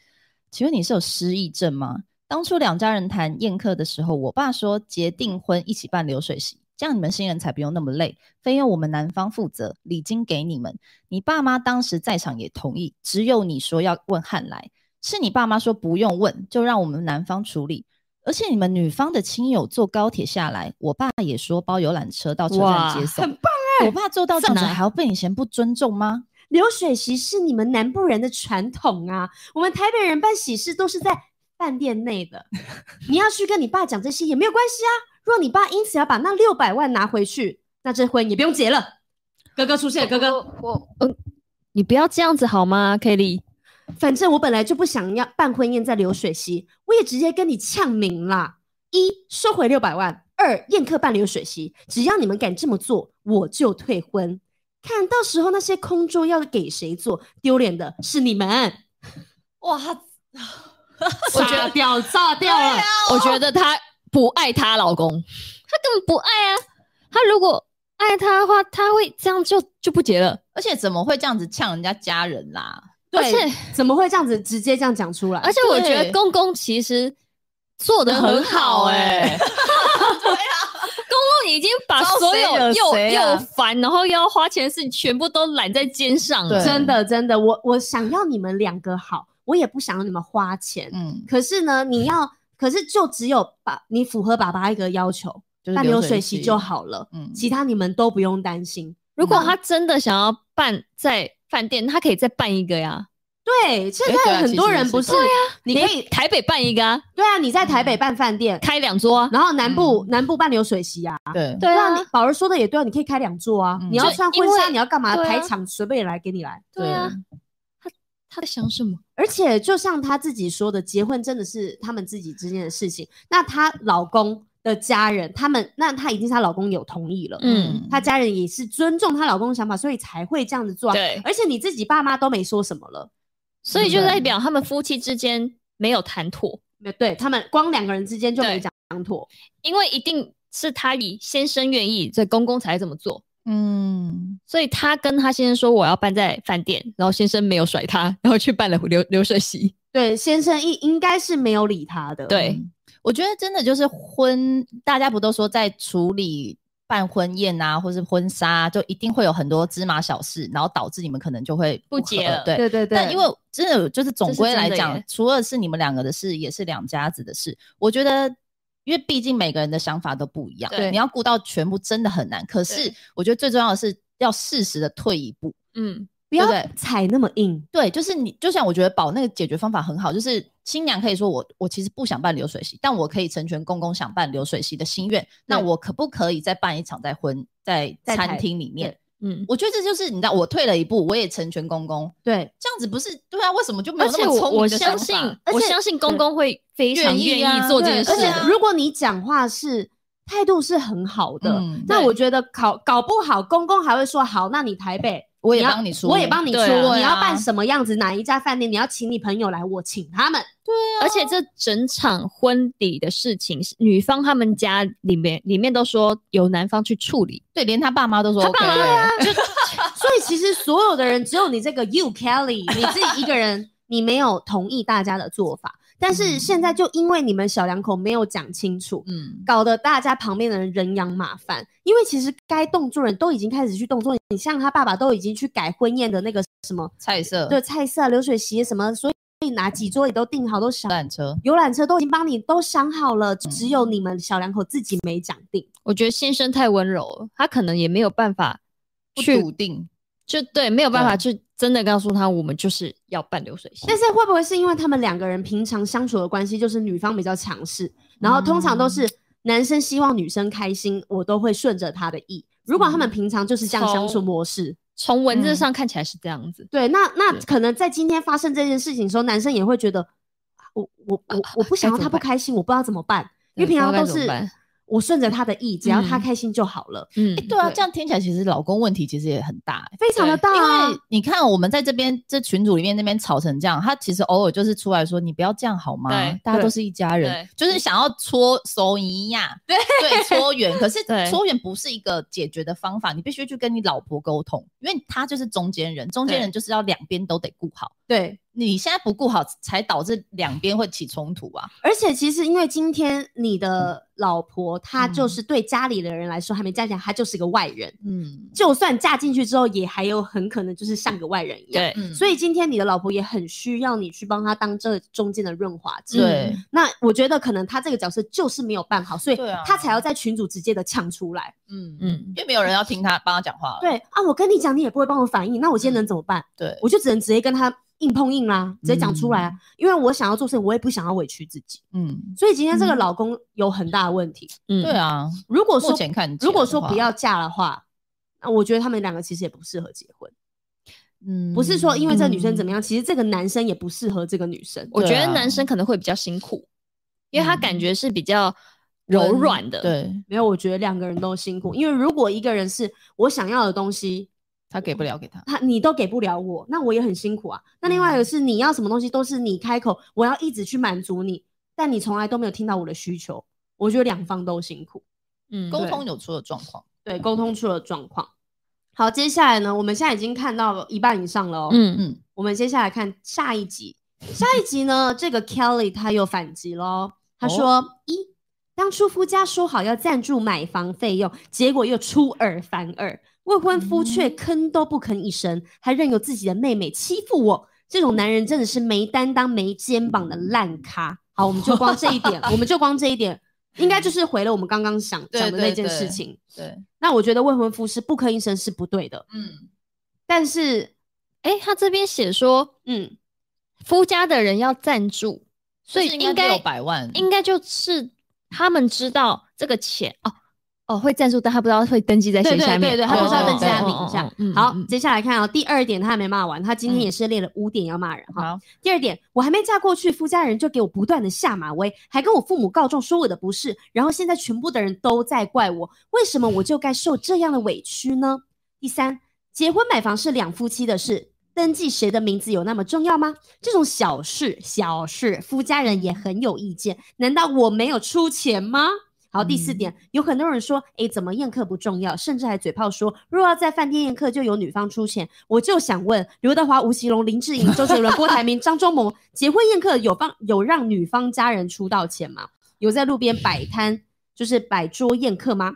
D: 请问你是有失忆症吗？当初两家人谈宴客的时候，我爸说结订婚一起办流水席，这样你们新人才不用那么累，费用我们男方负责，礼金给你们。你爸妈当时在场也同意，只有你说要问汉来，是你爸妈说不用问，就让我们男方处理。而且你们女方的亲友坐高铁下来，我爸也说包游览车到车
C: 哇
D: 站接送，
B: 很
D: 棒哎、我爸做到这样子
C: 赞啊
D: 还要被你嫌不尊重吗？
B: 流水席是你们南部人的传统啊，我们台北人办喜事都是在饭店内的。你要去跟你爸讲这些也没有关系啊。若你爸因此要把那六百万拿回去，那这婚也不用结了。哥哥出现了，哥哥，
C: 我嗯，你不要这样子好吗，Kelly？
B: 反正我本来就不想要办婚宴在流水席，我也直接跟你呛明啦：一收回六百万，二宴客办流水席，只要你们敢这么做，我就退婚。看到时候那些空桌要给谁做，丢脸的是你们。
D: 哇，
C: 我觉得
B: 炸掉，炸掉了。
C: 我觉得她不爱她老公，啊她根本不爱啊。她如果爱他的话，她会这样就就不结了。
D: 而且怎么会这样子呛人家家人啦、
B: 对，
C: 而且
B: 怎么会这样子直接这样讲出来？
C: 而且我觉
D: 对
C: 得公公其实做的很好哎、
D: 欸
C: 公公已经把
D: 招谁
C: 所有
D: 惹
C: 又、
D: 谁啊
C: 又烦，然后又要花钱的事情全部都揽在肩上了
D: 对。
B: 真的真的，我我想要你们两个好，我也不想要你们花钱。
D: 嗯，
B: 可是呢，你要，可是就只有把你符合爸爸一个要求，
D: 就是
B: 办流水
D: 席
B: 席就。好了，
D: 嗯
B: 其他你们都不用担心。嗯
C: 如果他真的想要办在饭店，他可以再办一个呀，
B: 对，现
D: 对啊
B: 在很多
D: 其实
B: 人
D: 是
B: 不是
D: 对，啊
B: 你可
C: 连
B: 以
C: 台北办一个啊，
B: 对啊，你在台北办饭店，
C: 开两桌啊。
B: 然后南部
D: 嗯
B: 南部办流水席啊，
D: 对，
C: 对
B: 嗯对啊，
C: 啊
B: 你，宝儿说的也对啊，你可以开两座啊，
D: 嗯
B: 你要
C: 就
B: 穿
C: 因
B: 婚纱，
C: 为
B: 你要干嘛？
C: 对啊
B: 排场随便来给你来。
C: 对啊，他在想什么？
B: 而且就像她自己说的，结婚真的是他们自己之间的事情。那她老公的家人，他们那她已经是她老公有同意了，
C: 嗯，
B: 她家人也是尊重她老公的想法，所以才会这样子做、啊。
C: 对，
B: 而且你自己爸妈都没说什么了，
C: 所以就代表他们夫妻之间没有谈妥，
B: 没对他们光两个人之间就没
C: 对
B: 讲妥。
C: 因为一定是他以先生愿意，所以公公才会这么做。
D: 嗯，
C: 所以她跟她先生说我要办在饭店，然后先生没有甩她，然后去办了流流水席。
B: 对，先生应应该是没有理她的。
C: 对
D: 嗯我觉得真的就是婚，大家不都说在处理办婚宴啊，或是婚纱啊、就一定会有很多芝麻小事，然后导致你们可能就会
C: 不结
D: 合
C: 了
D: 对。
B: 对对对，
D: 但因为真的就是总
C: 这是
D: 归
C: 真
D: 来
C: 的
D: 讲
C: 耶，
D: 除了是你们两个的事，也是两家子的事。我觉得因为毕竟每个人的想法都不一样，
C: 对
D: 你要顾到全部真的很难。可是
C: 对
D: 我觉得最重要的是要适时的退一步，
C: 嗯，
B: 不要
D: 对不对
B: 踩那么硬，
D: 对，就是你，就像我觉得宝那个解决方法很好，就是新娘可以说我我其实不想办流水席，但我可以成全公公想办流水席的心愿，那
B: 对
D: 我可不可以再办一场在婚在
B: 在
D: 餐
B: 台
D: 厅里面
B: 对？
C: 嗯，
D: 我觉得这就是你知道，我退了一步，我也成全公公，
B: 对，
D: 这样子不是对啊？为什么就没
C: 而
D: 有那
C: 且
D: 么
C: 我
D: 聪明
C: 我
D: 的
C: 相
D: 想
C: 信
D: 法？，
B: 而
C: 我
B: 且
C: 相信公公会非常
D: 愿意
C: 愿
D: 啊
C: 意做这
B: 对
C: 件事
B: 而
C: 的，
B: 且如果你讲话是态度是很好的，
D: 嗯
B: 那
C: 对
B: 我觉得搞搞不好公公还会说好，那你台北。
D: 我也
B: 要
D: 帮你出
B: 我也帮你出。
C: 对啊
B: 你要办
D: 对啊
B: 什么样子？哪一家饭店？你要请你朋友来，我请他们。
C: 而且这整场婚礼的事情，是女方他们家里面里面都说由男方去处理，
D: 对，连他爸妈都说
C: 他
D: OK，
C: 爸妈对啊
D: 就
B: 所以其实所有的人，只有你这个 you Kelly，你自己一个人，你没有同意大家的做法。但是现在就因为你们小两口没有讲清楚，
D: 嗯，
B: 搞得大家旁边的人人仰马翻。因为其实该动作人都已经开始去动作，你像他爸爸都已经去改婚宴的那个什么
D: 菜色
B: 对菜色啊、流水席什么，所以哪几桌也都订好，都想
D: 游览车，
B: 游览车都已经帮你都想好了，只有你们小两口自己没讲定。
C: 我觉得先生太温柔了，他可能也没有办法
D: 不
C: 去嗯
D: 笃定，
C: 就对，没有办法去真的告诉他我们就是要办流水席。
B: 嗯但是会不会是因为他们两个人平常相处的关系，就是女方比较强势，然后通常都
C: 嗯
B: 是男生希望女生开心，我都会顺着他的意。如果他们平常就是这样相处模式，
C: 从文
B: 嗯
C: 字上看起来是这样子，
B: 对，那那
C: 对
B: 可能在今天发生这件事情的时候，男生也会觉得，啊我我我我不想要
C: 该怎么
B: 他不
C: 办
B: 开心，我不知道怎么办，因为
C: 对
B: 平常
C: 不知道
B: 都
C: 该怎么
B: 是
C: 办
B: 我顺着他的意，只要他
C: 嗯
B: 开心就好了，
C: 嗯，
D: 诶对啊，
B: 对
D: 这样听起来其实老公问题其实也很大、欸。
B: 非常的大啊、
D: 因为你看，我们在这边这群组里面那边吵成这样，他其实偶尔就是出来说：“你不要这样好吗
C: 对？
D: 大家都是一家人
C: 对，
D: 就是想要搓手一样， 对搓远。可是
C: 对
D: 搓远不是一个解决的方法，你必须去跟你老婆沟通，因为他就是中间人，中间人就是要两边都得顾好。
B: 对，
D: 你现在不顾好，才导致两边会起冲突啊。
B: 而且其实因为今天你的老婆，
C: 嗯
B: 她就是对家里的人来说，还没嫁进来，她就是个外人。
D: 嗯，
B: 就算嫁进去之后，也还有很可能就是像个外人一样。
C: 对，
D: 嗯
B: 所以今天你的老婆也很需要你去帮她当这中间的润滑剂。
D: 对
B: 嗯那我觉得可能她这个角色就是没有办好，所以
D: 对啊
B: 她才要在群组直接的呛出来。
D: 嗯嗯，
B: 啊
C: 嗯，
D: 因为没有人要听他帮他讲话了。
B: 对啊，我跟你讲，你也不会帮我反应，那我今天能怎么办？
D: 对，
B: 我就只能直接跟她硬碰硬啦，直接讲出来啊。因为我想要做事情，我也不想要委屈自己。
D: 嗯，
B: 所以今天这个老公有很大的问题。
C: 嗯
D: 对，啊。
B: 如果
D: 目
B: 说
D: 前看起来的话，
B: 如果说不要嫁的话，那我觉得他们两个其实也不适合结婚。
D: 嗯，
B: 不是说因为这女生怎
D: 么
B: 么样，其实这个男生也不适合这个女生。
C: 我觉
D: 对
C: 得
D: 啊
C: 男生可能会比较辛苦，因为他感觉是比较
D: 嗯
C: 柔软的，，
D: 对
B: 没有，我觉得两个人都辛苦，因为如果一个人是我想要的东西，
D: 他给不了给他，
B: 他你都给不了我，那我也很辛苦啊。那另外一个是你要什么东西都是你开口，我要一直去满足你，但你从来都没有听到我的需求，我觉得两方都辛苦。
C: 嗯，
D: 沟
B: 对
D: 通有出了状况。
B: 对，沟通出了状况。好，接下来呢，我们现在已经看到了一半以上了哦。
C: 嗯，
D: 嗯，
B: 我们接下来看下一集。下一集呢，这个 Kelly 他又反击喽。
D: 哦
B: 他说：一，当初夫家说好要赞助买房费用，结果又出尔反尔，未婚夫
D: 嗯
B: 却吭都不吭一声，还任由自己的妹妹欺负我。这种男人真的是没担当、没肩膀的烂咖。好，我们就光这一点，我们就光这一点，应该就是回了我们刚刚想
D: 对
B: 讲的
D: 对
B: 那件
D: 对
B: 事情。
D: 对，
B: 那我觉得未婚夫是不吭一声是不对的，
D: 嗯，
B: 但是，
C: 哎，他这边写说
B: 嗯，
C: 夫家的人要赞助，所以应该
D: 六百万，
C: 应该就是他们知道这个钱哦哦会赞助，但他不知道会登记在谁
B: 对对
C: 下面，
B: 对对，他
D: 哦
B: 就是要
D: 哦
B: 登记在
D: 哦
B: 名
C: 哦
B: 下
C: 哦嗯。
B: 好
C: 嗯，
B: 接下来看哦，第二点他还没骂完，他今天
D: 嗯
B: 也是列了五点要骂人
C: 嗯
B: 哈。
D: 好，
B: 第二点，我还没嫁过去，夫家人就给我不断的下马威，还跟我父母告状说我的不是，然后现在全部的人都在怪我，为什么我就该受这样的委屈呢？第三，结婚买房是两夫妻的事。登记谁的名字有那么重要吗？这种小事，小事，夫家人也很有意见。难道我没有出钱吗？好，第四
D: 嗯
B: 点，有很多人说，诶，怎么宴客不重要，甚至还嘴炮说，若要在饭店宴客，就由女方出钱。我就想问，刘德华、吴奇隆、林志颖、周杰伦、郭台铭、张忠谋，结婚宴客有方有让女方家人出到钱吗？有在路边摆摊，就是摆桌宴客吗？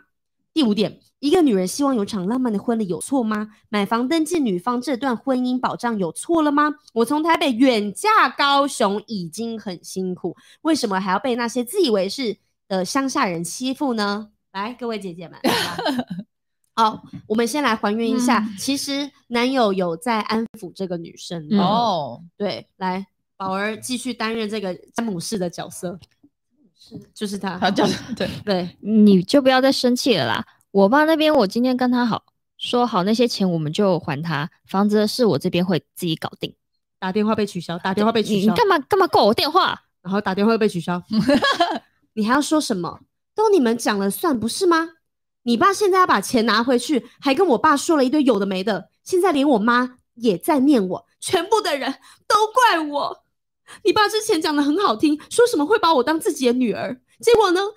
B: 第五点，一个女人希望有场浪漫的婚礼有错吗？买房登记女方这段婚姻保障有错了吗？我从台北远嫁高雄已经很辛苦，为什么还要被那些自以为是的乡下人欺负呢？来，各位姐姐们，来吧好，我们先来还原一下，其实男友有在安抚这个女生的
C: 嗯
D: 哦，
B: 对，来，宝儿继续担任这个詹姆士的角色，就是他，
D: 他叫对，
B: 对，
C: 你就不要再生气了啦。我爸那边我今天跟他好，说好那些钱我们就还他，房子的事我这边会自己搞定。
B: 打电话被取消，打电话被取
C: 你你
B: 消，
C: 干嘛干嘛挂我电话？
B: 然后打电话又被取 消，你还要说什么？都你们讲了算不是吗？你爸现在要把钱拿回去，还跟我爸说了一堆有的没的，现在连我妈也在念我，全部的人都怪我。你爸之前讲的很好听，说什么会把我当自己的女儿，结果呢？结果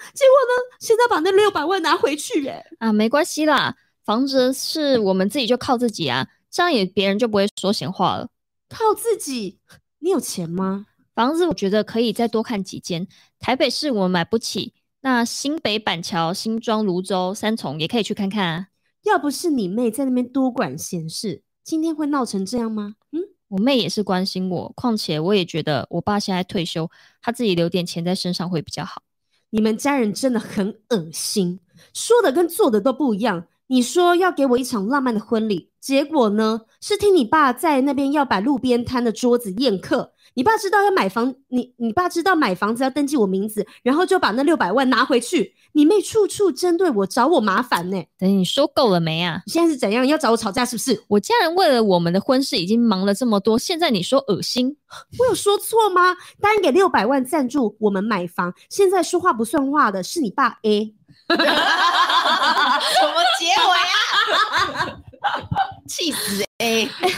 B: 呢？现在把那六百万拿回去、耶。
C: 啊，没关系啦，房子是我们自己就靠自己啊，这样也别人就不会说闲话了。
B: 靠自己。你有钱吗？
C: 房子我觉得可以再多看几间，台北市我们买不起，那新北板桥、新庄、泸州、三重也可以去看看啊。
B: 要不是你妹在那边多管闲事，今天会闹成这样吗？嗯，
C: 我妹也是关心我，况且我也觉得我爸现在退休，他自己留点钱在身上会比较好。
B: 你们家人真的很恶心，说的跟做的都不一样。你说要给我一场浪漫的婚礼，结果呢是听你爸在那边要摆路边摊的桌子宴客。你爸知道要买房，你你爸知道买房子要登记我名字，然后就把那六百万拿回去。你妹处处针对我，找我麻烦呢、
C: 等你说够了没啊？
B: 你现在是怎样？要找我吵架是不是？
C: 我家人为了我们的婚事已经忙了这么多，现在你说恶心？
B: 我有说错吗？答应给六百万赞助我们买房，现在说话不算话的是你爸 A。
D: 什么结尾啊？气死 A！
B: 哎、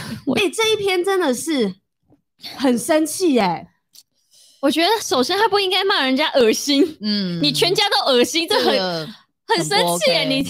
B: 这一篇真的是很生气耶、
C: 我觉得首先他不应该骂人家恶心，
D: 嗯
C: 你全家都恶心，这
D: 这
C: 很
D: 个
C: 很生气耶、
D: 很不 OK 啊
C: 你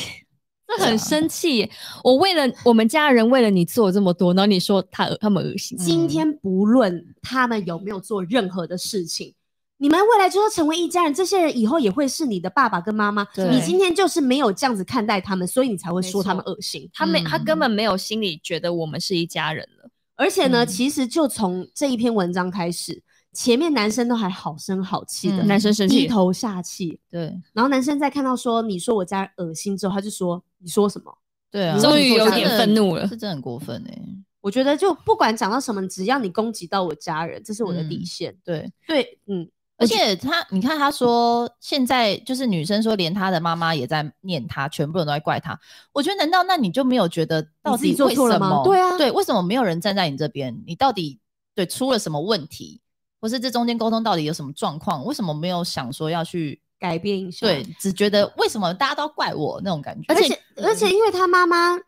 C: 这很生气耶、我为了我们家人为了你做这么多，然后你说他他们恶
D: 嗯
C: 心，
B: 今天不论他们有没有做任何的事情，你们未来就要成为一家人，这些人以后也会是你的爸爸跟妈妈。
D: 对
B: 你今天就是没有这样子看待他们，所以你才会说他们恶心。
C: 他没、他
D: 嗯
C: 根本没有心里觉得我们是一家人了。
B: 而且呢，
D: 嗯
B: 其实就从这一篇文章开始，前面男生都还好声好气的，
D: 嗯
C: 男生生
B: 低
C: 气，
B: 头下气，
D: 对
B: 然后男生在看到说你说我家人恶心之后，他就说你说什么？
D: 对啊，
C: 终于有
D: 真
C: 点
D: 的
C: 愤怒了
D: 这真的很过分哎。
B: 我觉得就不管讲到什么，只要你攻击到我家人，这是我的底
D: 嗯
B: 线。
D: 对，
B: 对，嗯，
D: 而且他，你看他说现在就是女生说，连她的妈妈也在念她，全部人都在怪她。我觉得难道那你就没有觉得到
B: 自己
D: 底
B: 做
D: 为
B: 错了
D: 什
B: 吗
D: 么？
B: 对啊
D: 对，为什么没有人站在你这边？你到底对出了什么问题，或是这中间沟通到底有什么状况？为什么没有想说要去
B: 改变一下。
D: 对，，只觉得为什么大家都怪我那种感觉？
B: 啊而 且而且因为他妈妈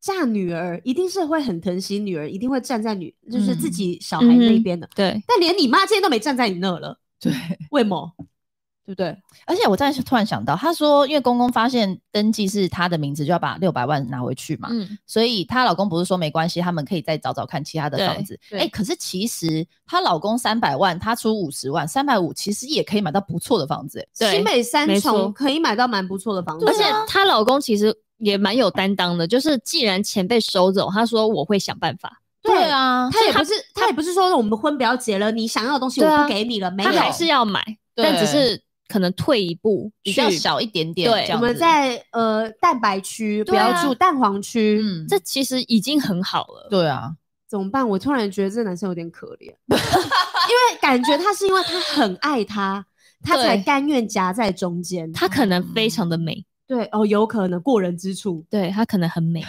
B: 嫁女儿，一定是会很疼惜女儿，一定会站在女就是自
D: 嗯
B: 己小孩那
C: 嗯哼
B: 边的。
C: 对，
B: 但连你妈今天都没站在你那了，
D: 对，
B: 为毛？对不对？
D: 而且我在突然想到，他说因为公公发现登记是他的名字，就要把六百万拿回去嘛。
C: 嗯，
D: 所以她老公不是说没关系，他们可以再找找看其他的
C: 对
D: 房子。
B: 对
D: 哎、可是其实她老公三百万，她出五十万，三百五其实也可以买到不错的房子、诶
C: 对啊
B: 新北三
C: 没错
B: 重可以买到蛮不错的房子，
C: 而
D: 啊
C: 且她老公其实也蛮有担当的，就是既然钱被收走，他说我会想办法，
B: 对
D: 啊，
B: 他也不是他也不是说我们婚不要结了，你想要的东西
C: 对
B: 我
C: 啊
B: 不给你了，没有
C: 他。还是要买，但只是可能退一步
D: 比
C: 去
D: 较。小一点点。
C: 对
D: 这样
B: 我们
D: 子
B: 在呃蛋白区，不
C: 对
B: 要
C: 啊
B: 住蛋黄区，
D: 嗯，
C: 这其实已经很好了，
D: 对啊，
B: 怎么办？我突然觉得这男生有点可怜， 因为感觉他是因为他很爱他，他才
C: 对
B: 甘愿夹在中间。
C: 她可能非常的美，
B: 对哦，有可能过人之处。
C: 对她可能很美，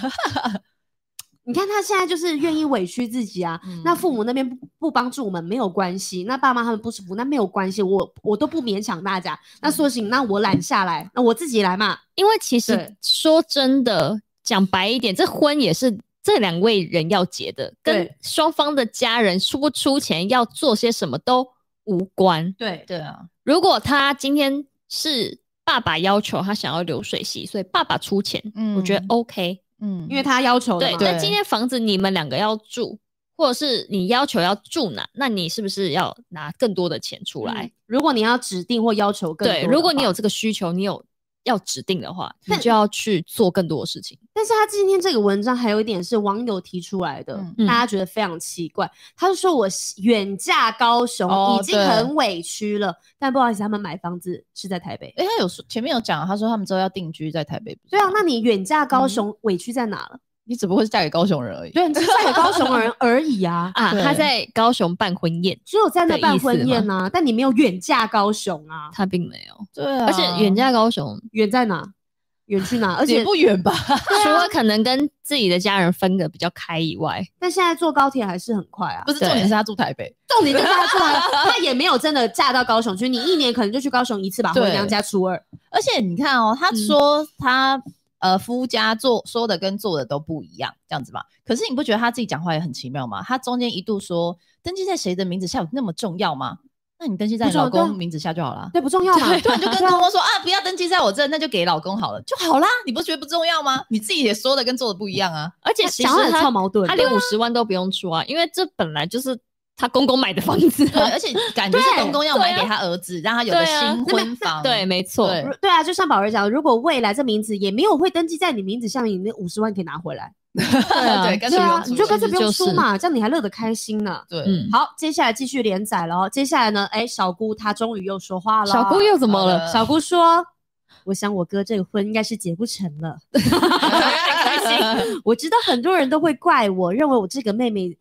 B: 你看他现在就是愿意委屈自己啊。那父母那边不不帮助我们没有关系，那爸妈他们不舒服那没有关系，我我都不勉强大家。那说行，那我揽下来，那我自己来嘛。
C: 因为
B: 对
C: 其实说真的，讲白一点，这婚也是这两位人要结的，跟
B: 对
C: 双方的家人出不出钱、要做些什么都无关。
B: 对
D: 对啊，
C: 如果他今天是爸爸要求他想要流水席，所以爸爸出钱，
D: 嗯
C: 我觉得 OK。
D: 嗯，
B: 因为他要求的
C: 对
B: 嘛，。
C: 那
D: 对
C: 今天房子你们两个要住，或者是你要求要住哪，那你是不是要拿更多的钱出
B: 嗯
C: 来？
B: 嗯如果你要指定或要求更多的
C: 对，
B: 话，
C: 如果你有这个需求，你有要指定的话，你就要去做更多的事情。
B: 但是他今天这个文章还有一点是网友提出来的，
D: 嗯
B: 大家觉得非常奇怪。他就说我远嫁高雄，
D: 哦
B: 已经很委屈了，但不好意思，他们买房子是在台北。
D: 哎、他有说前面有讲，他说他们之后要定居在台北。不是
B: 对啊
D: 吗，
B: 那你远嫁高雄，委屈在哪了？
D: 你只不过是嫁给高雄人而已。
B: 嗯对，你只是嫁给高雄 人而已啊，
C: 啊，
D: 对
C: 他在高雄办婚宴，
B: 只有在那办
C: 的
B: 婚
C: 意思
B: 宴啊，但你没有远嫁高雄啊，
C: 他并没有。
D: 对啊，
C: 而且远嫁高雄，
B: 远在哪？远去哪？而
D: 也
B: 且，
D: 不远吧？
C: 除了可能跟自己的家人分得比较开以外，
B: 但现在坐高铁还是很快啊。
D: 不是
C: 对
D: 重点是他住台北，
B: 重点就是 他坐来，他也没有真的嫁到高雄去，你一年可能就去高雄一次吧，回
D: 对
B: 娘家初二。
D: 而且你看
B: 嗯
D: 哦，他说他、呃夫家做说的跟做的都不一样，这样子嘛。可是你不觉得他自己讲话也很奇妙吗？他中间一度说登记在谁的名字下有那么重要吗？那你登记在
B: 不
D: 你
B: 重要
D: 老
B: 对
D: 公
B: 啊
D: 名字下就 好了。
B: 对，不重要嘛。
D: 对，你就跟公公说啊，不要登记在我这，那就给老公好了，就好啦。你不觉得不重要吗？你自己也说的跟做的不一样啊。
C: 而且其实
B: 想很
C: 他
B: 超矛盾，
C: 他连五十万都不用出啊，因为这本来就是他公公买的房子
D: 对，
C: 啊、
D: 而且感觉是公公要买给他儿子，让他有个
C: 对啊
D: 新婚房。
C: 对，没错。
D: 对
B: 对啊，就像宝儿讲，如果未来这名字也没有会登记在你名字下面，你那五十万可以拿回来。
C: 啊
D: 对，干脆
B: 对
D: 不
B: 啊
D: 用，出
B: 你就干脆
D: 声
B: 不用
C: 就是
B: 出嘛，这样你还乐得开心呢。
D: 对，
C: 嗯，
B: 好，接下来继续连载喽。接下来呢，哎，小姑她终于又说话了。
C: 小姑又怎么了？
B: 小 姑说：“我想我哥这个婚应该是结不成了。我知道很多人都会怪我，认为我这个妹妹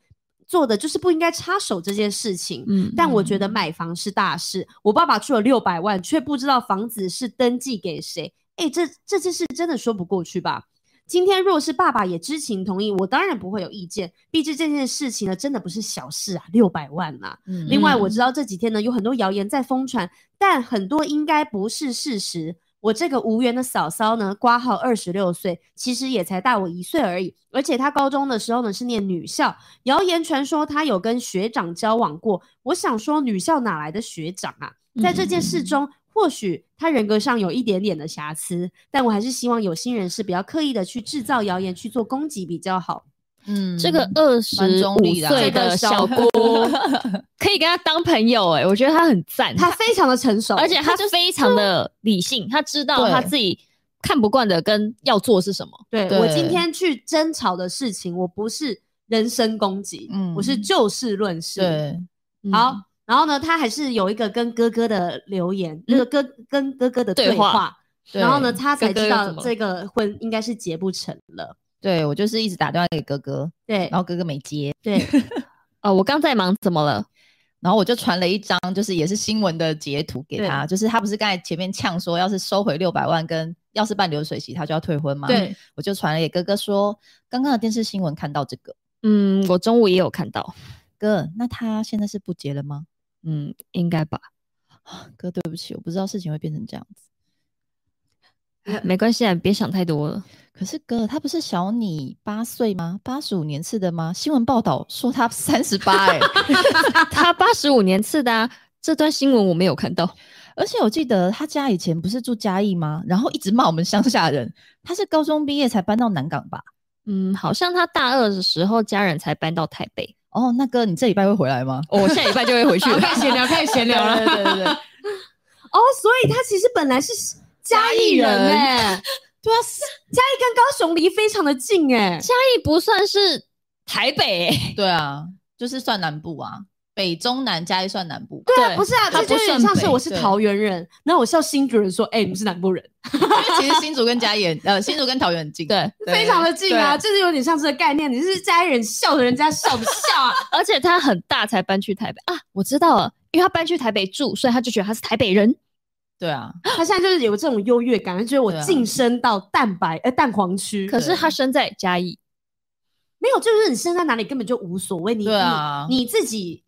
B: 做的就是不应该插手这件事情。
C: 嗯，
B: 但我觉得买房是大事，我爸爸出了六百万，却不知道房子是登记给谁。哎，这这件事真的说不过去吧？今天若是爸爸也知情同意，我当然不会有意见，毕竟这件事情呢，真的不是小事啊，六百万呐、
D: 嗯
B: 另外，我知道这几天呢有很多谣言在疯传，但很多应该不是事实。我这个无缘的嫂嫂呢，挂号二十六岁，其实也才大我一岁而已。而且她高中的时候呢是念女校，谣言传说她有跟学长交往过。我想说，女校哪来的学长啊？在这件
C: 嗯
B: 事中，或许她人格上有一点点的瑕疵，但我还是希望有心人士不要刻意的去制造谣言去做攻击比较好。
D: 嗯
C: 这个二十
D: 蛮中
C: 五
D: 立的啊
C: 岁
B: 这个
C: 的
B: 小
C: 小姑可以跟他当朋友哎、我觉得他很赞，
B: 她非常的成熟，
C: 而且他非常的理性，他知道
D: 对
C: 他自己看不惯的跟要做是什么。
B: 对我今
D: 对
B: 天去争吵的事情，我不是人身攻击，
D: 嗯
B: 我是就事论事。，
D: 对，
C: 嗯
B: 好，，然后呢，他还是有一个跟哥哥的留言，那个哥跟哥哥的
C: 对
B: 对
C: 话
B: 话，
D: 对
B: 然后呢，，他才
C: 哥哥
B: 知
C: 又
B: 道
C: 怎么
B: 这个婚应该是结不成了。
D: 对我就是一直打电话给哥哥，
B: 对
D: 然后哥哥没接，
B: 对，
C: 哦，我刚在忙，怎么了？
D: 然后我就传了一张就是也是新闻的截图给他，就是他不是刚才前面呛说要是收回六百万跟要是办流水席他就要退婚嘛，
B: 对，
D: 我就传了给哥哥说，刚刚的电视新闻看到这个，
C: 嗯，我中午也有看到，
D: 哥，那他现在是不结了吗？
C: 嗯，应该吧，
D: 哥，对不起，我不知道事情会变成这样子。
C: 没关系啊，别想太多了。
D: 可是哥，他不是小你八岁吗？八十五年次的吗？新闻报道说他三十八，哎，
C: 他八十五年次的、啊，这段新闻我没有看到。
D: 而且我记得他家以前不是住嘉义吗？然后一直骂我们乡下人。他是高中毕业才搬到南港吧？
C: 嗯，好像他大二的时候，家人才搬到台北。
D: 哦，那哥，你这礼拜会回来吗？
C: 哦我、下礼拜就会回去 了。
B: 闲聊，开始闲聊了。
D: 对对对对，
B: 哦，所以他其实本来是嘉义人
C: 嘉义人
B: 哎、
D: 对啊，是
B: 嘉义跟高雄离非常的近哎、
C: 嘉义不算是台北、欸
D: 对啊，就是算南部啊，北中南嘉义算南部吧。
B: 对啊，
C: 对
B: 不是啊，
C: 他
B: 这就
C: 不
B: 有点
C: 算
B: 像是
C: 北
B: 我是
D: 对
B: 桃园人，然后我笑新竹人说，哎、你们是南部人，
D: 因为其实新竹跟嘉 义很，呃，新竹跟桃园很 近，
C: 对，
D: 对
B: 非常的近啊，
D: 对
B: 就是有点像这个概念。你是家人笑的，人家笑不笑 啊？
C: 而且他很大才搬去台北啊。我知道了，因为他搬去台北住，所以他就觉得他是台北人。
D: 对啊，
B: 他现在就是有这种优越感，就觉得我
D: 对啊
B: 晋升到蛋白呃蛋黄区，
C: 可是他生在嘉 义，
B: 没有，就是你生在哪里根本就无所谓，你
D: 对啊
B: 你你自己。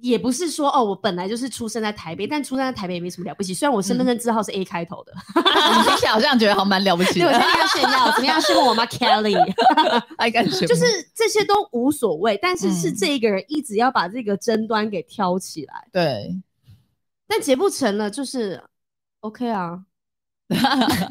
B: 也不是说哦，我本来就是出生在台北，但出生在台北也没什么了不起。虽然我身
D: 嗯
B: 份证字号是 A 开头的，
D: 你啊听起来好像觉得好蛮了不起
B: 对我现
D: 的，
B: 在要炫耀，怎么样？炫耀我妈 Kelly，
D: 哎，感觉
B: 就是这些都无所谓，但是
D: 嗯
B: 是这一个人一直要把这个争端给挑起来，
D: 对，
B: 但结不成了就是 OK 啊，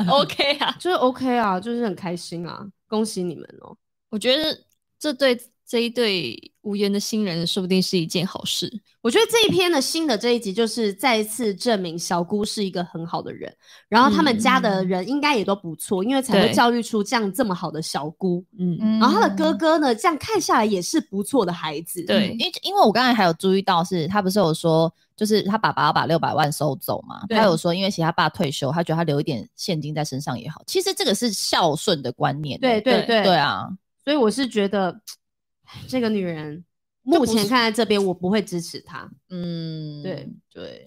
C: OK 啊，
B: 就是 OK 啊，就是很开心啊，恭喜你们哦、
C: 我觉得这对这一对无缘的新人，说不定是一件好事。
B: 我觉得这一篇的新的这一集，就是再一次证明小姑是一个很好的人，然后他们家的人应该也都不错，因为才会
C: 对
B: 教育出这样这么好的小姑。
C: 嗯，
B: 然后他的哥哥呢，这样看下来也是不错的孩子。
C: 对
D: 因为因为我刚才还有注意到是，他不是有说，就是他爸爸要把六百万收走嘛？
B: 对
D: 他有说，因为其实他爸退休，他觉得他留一点现金在身上也好。其实这个是孝顺的观念欸、
B: 对对对
D: 对啊，
B: 所以我是觉得这个女人。目前看在这边，我不会支持她。
D: 嗯，
B: 对
D: 对，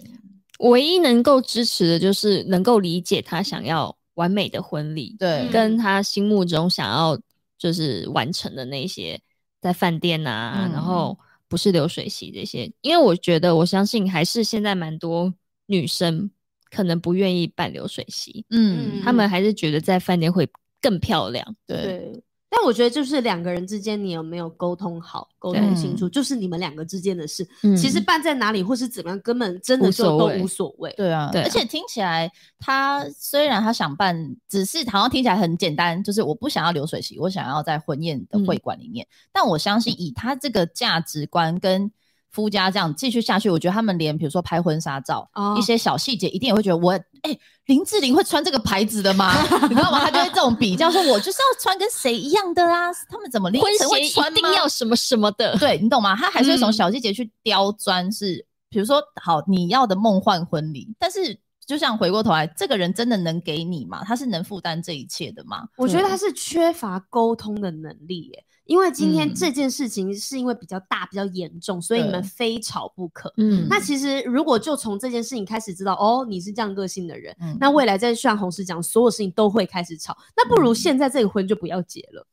C: 唯一能够支持的就是能够理解他想要完美的婚礼，
D: 对
C: 跟他心目中想要就是完成的那一些，在饭店啊，
D: 嗯
C: 然后不是流水席这些，因为我觉得我相信还是现在蛮多女生可能不愿意办流水席，
D: 嗯，
C: 她、们还是觉得在饭店会更漂亮。
D: 对，
B: 对，但我觉得就是两个人之间，你有没有沟通好、沟通清楚，就是你们两个之间的事。
C: 嗯
B: 其实办在哪里或是怎么样，根本真的
C: 无
B: 就
C: 所
B: 都
C: 谓
B: 无所谓。
D: 对啊，
C: 对啊
D: 而且听起来他虽然他想办，只是好像听起来很简单，就是我不想要流水席，我想要在婚宴的
C: 嗯
D: 会馆里面。但我相信以他这个价值观跟夫家这样继续下去，我觉得他们连比如说拍婚纱照。
B: 哦
D: 一些小细节，一定也会觉得我哎、林志玲会穿这个牌子的吗？ 你知道吗？他就会这种比较，说我就是要穿跟谁一样的啊？他们怎么凌
C: 婚
D: 晨会
C: 鞋
D: 穿
C: 一
D: 吗
C: 定要什么什么 的，
D: 对你懂吗？他还是会从
C: 嗯
D: 小细节去刁钻是，比如说好你要的梦幻婚礼，但是就像回过头来，这个人真的能给你吗？他是能负担这一切的吗？
B: 我觉得
D: 对
B: 他是缺乏沟通的能力耶，因为今天
D: 嗯
B: 这件事情是因为比较大、比较严重，所以你们
D: 对
B: 非吵不可。
C: 嗯
B: 那其实如果就从这件事情开始知道，哦，你是这样个性的人，
D: 嗯
B: 那未来再像红石讲，所有事情都会开始吵，那不如
D: 嗯
B: 现在这个婚就不要结了，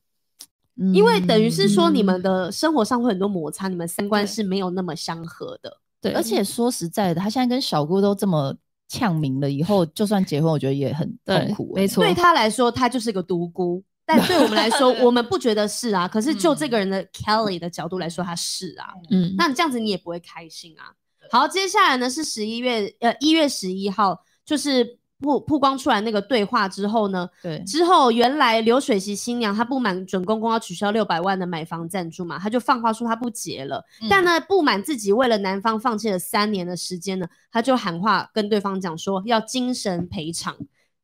B: 因为等于是说你们
D: 嗯
B: 的生活上会很多摩擦，你们三观
C: 对
B: 是没有那么相合的。
C: 对，
D: 而且说实在的，他现在跟小姑都这么呛明了，以后就算结婚，我觉得也很痛
C: 对
D: 苦，欸、
C: 没错
B: 对他来说，他就是个独孤。但对我们来 说，我们不觉得是啊。可是就这个人的 Kelly 的角度来说，他是啊。
C: 嗯，
B: 那你这样子你也不会开心啊。好，接下来呢是十一月呃一月十一号，就是曝曝光出来那个对话之后呢，
D: 对，
B: 之后原来流水席新娘她不满准公公要取消六百万的买房赞助嘛，她就放话说她不结了。但呢，不满自己为了男方放弃了三年的时间呢，她就喊话跟对方讲说要精神赔偿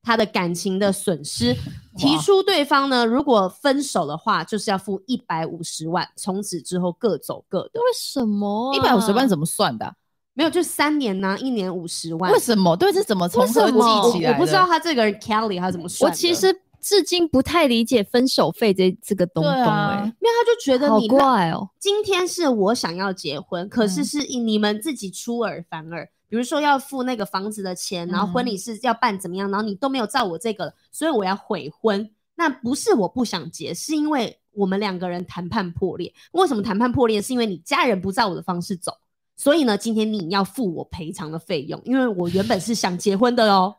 B: 她的感情的损失，提出对方呢如果分手的话，就是要付一百五十万，从此之后各走各的。
C: 为什么
D: 一百五十万
C: 么？
D: 怎么算的啊、
B: 没有，就三年呐、一年五十万。
D: 为什么？对，这怎么从
C: 为什
D: 何
C: 么
D: 记起
B: 我
D: 来
B: 我不知
D: 的
B: 道他这个人 Kelly 他怎么算
C: 我
B: 的。
C: 其实至今不太理解分手费这这个东东、
D: 对
C: 欸，
D: 啊
B: 没有，他就觉得
C: 好
B: 你那
C: 怪哦、
B: 今天是我想要结婚，可是
D: 嗯
B: 是以你们自己出尔反尔，比如说要付那个房子的钱，
D: 嗯
B: 然后婚礼是要办怎么样，然后你都没有照我这个，所以我要悔婚。那不是我不想结，是因为我们两个人谈判破裂。为什么谈判破裂？是因为你家人不照我的方式走，所以呢，今天你要付我赔偿的费用，因为我原本是想结婚的哦。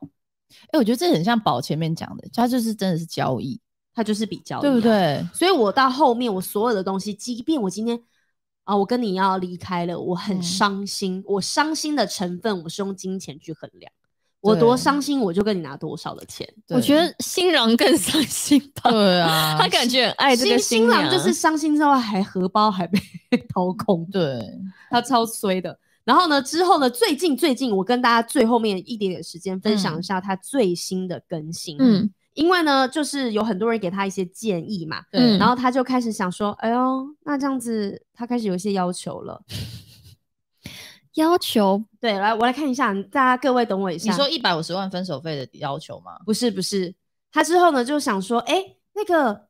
D: 哎、我觉得这很像宝前面讲的，他就是真的是交易，
B: 他就是比较，
D: 对不？啊对？
B: 所以我到后面，我所有的东西，即便我今天啊，我跟你要离开了，我很
D: 嗯
B: 伤心。我伤心的成分，我是用金钱去衡量。我多
D: 对
B: 伤心，我就跟你拿多少的钱。
C: 我觉
D: 对
C: 得新郎更伤心 吧，
D: 对啊，
C: 他感觉很爱这个
B: 新新郎
C: 娘，
B: 就是伤心之后还荷包还 被掏空，
D: 对，
B: 他超衰的。然后呢，之后呢，最近最近，我跟大家最后面一点点时间分享一
D: 嗯
B: 下他最新的更新。
C: 嗯，
B: 因为呢，就是有很多人给他一些建议嘛，
D: 对
C: 嗯
B: 然后他就开始想说，哎呦，那这样子他开始有一些要求了。
C: 要求
B: 对，来我来看一下，大家各位等我一下。
D: 你说一百五十万分手费的要求吗？
B: 不是不是，他之后呢就想说，哎、那个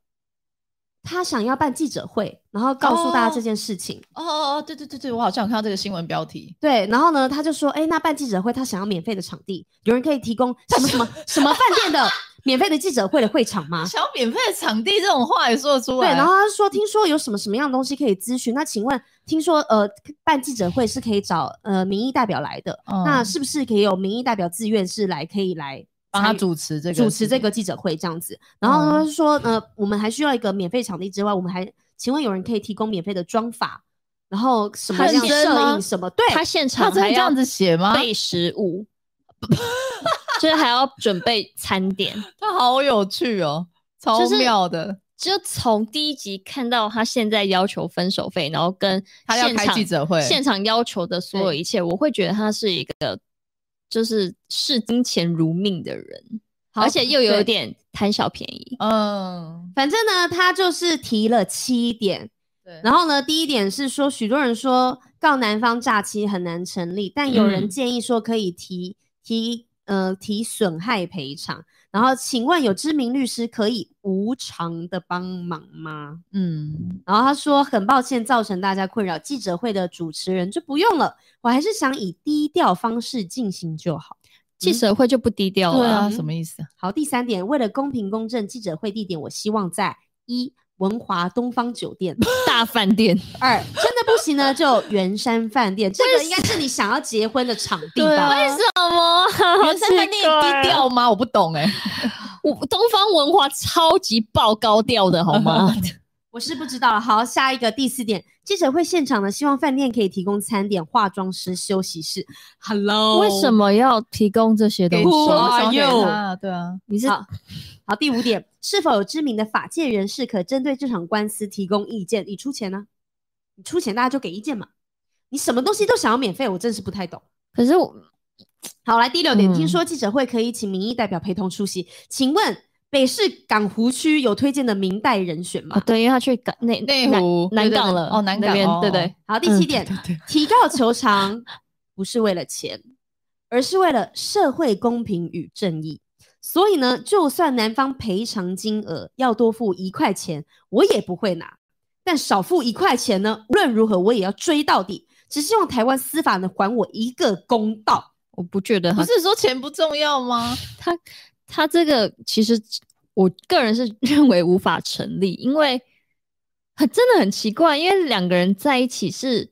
B: 他想要办记者会，然后告诉大家这
D: 哦
B: 件事情。
D: 哦哦哦，对对对对，我好像有看到这个新闻标题。
B: 对，然后呢，他就说，哎、那办记者会，他想要免费的场地，有人可以提供什么什 么什么饭店的免费的记者会的会场吗？
D: 啊想要免费的场地这种话也说得出
B: 对，
D: 来，
B: 然后他说，听说有什么什么样的东西可以咨询？那请问，听说呃办记者会是可以找呃民意代表来的，那
D: 嗯
B: 是不是可以有民意代表自愿是来可以来
D: 帮他
B: 参与
D: 主持这个
B: 主持这
D: 事
B: 个记者会这样子。然后呢说，呃，我们还需要一个免费场地之外，我们还请问有人可以提供免费的妆法，然后什么
C: 认
B: 样
C: 真
B: 摄
C: 吗
B: 影什么？对，
C: 他现
D: 情，他
C: 场
D: 真
C: 还
D: 的这
C: 要
D: 样子写吗？
C: 备食物， 就是还要准备餐点，
D: 他好有趣哦，超
C: 就是
D: 妙的。
C: 就从第一集看到他现在要求分手费，然后跟
D: 他要
C: 现
D: 开
C: 场
D: 记者会
C: 现场要求的所有一切，我会觉得他是一个就是视金钱如命的人，
B: 好
C: 而且又有
B: 对
C: 点贪小便宜。
D: 嗯，
B: 反正呢，他就是提了七点，
D: 对
B: 然后呢，第一点是说，许多人说告男方诈欺很难成立，但有人
C: 嗯
B: 建议说可以提、提呃提损害赔偿。然后，请问有知名律师可以无偿的帮忙吗？
D: 嗯，
B: 然后他说，很抱歉造成大家困扰，记者会的主持人就不用了，我还是想以低调方式进行就好。
C: 记者会就不低调
D: 嗯对
C: 了、
D: 啊，
B: 嗯
D: 什么意思啊？
B: 好，第三点，为了公平公正，记者会地点我希望在一文华东方酒店，
C: 大饭店。
B: 二真的不行呢就圆山饭店，这个应该是你想要结婚的场地
D: 对啊
B: 吧？
C: 为什么？好
D: 原生饭
C: 奇
D: 店
C: 怪啊
D: 低调吗？我不懂哎、
C: 我东方文化超级爆高调的好 吗？
B: 我是不知道了。好，下一个第四点，记者会现场呢，希望饭店可以提供餐点、化妆师休息室。Hello，
C: 为什？么要提供这些东
D: 哦
C: 西？
D: 给
B: Who
D: 我想
B: are
D: 给
B: you？
D: 他啊对啊，
C: 你是
B: 好好，第五点，是否有知名的法界人士可针对这场官司提供意见？你出钱呢、你出钱，大家就给意见嘛。你什么东西都想要免费，我真是不太懂。
C: 可是我
B: 好，来第六点，听
C: 嗯
B: 说记者会可以请民意代表陪同出席，请问北市港湖区有推荐的明代人选吗？
C: 啊，对，因为他去港内
D: 内
C: 南
D: 湖
C: 南
D: 对对
C: 港
D: 对
C: 了，
D: 哦南
C: 那
D: 港
C: 边
D: 哦
C: 对
D: 哦
C: 对，
B: 好，第七
C: 嗯
B: 点，
D: 对对
B: 提告求偿不是为了钱， 而是为了社会公平与正义。所以呢，就算男方赔偿金额要多付一块钱，我也不会拿；但少付一块钱呢，无论如何我也要追到底。只希望台湾司法呢还我一个公道。
C: 我不觉得
D: 不
C: 他
D: 是说钱不重要吗？
C: 他他这个其实我个人是 认为无法成立，因为很真的很奇怪，因为两个人在一起是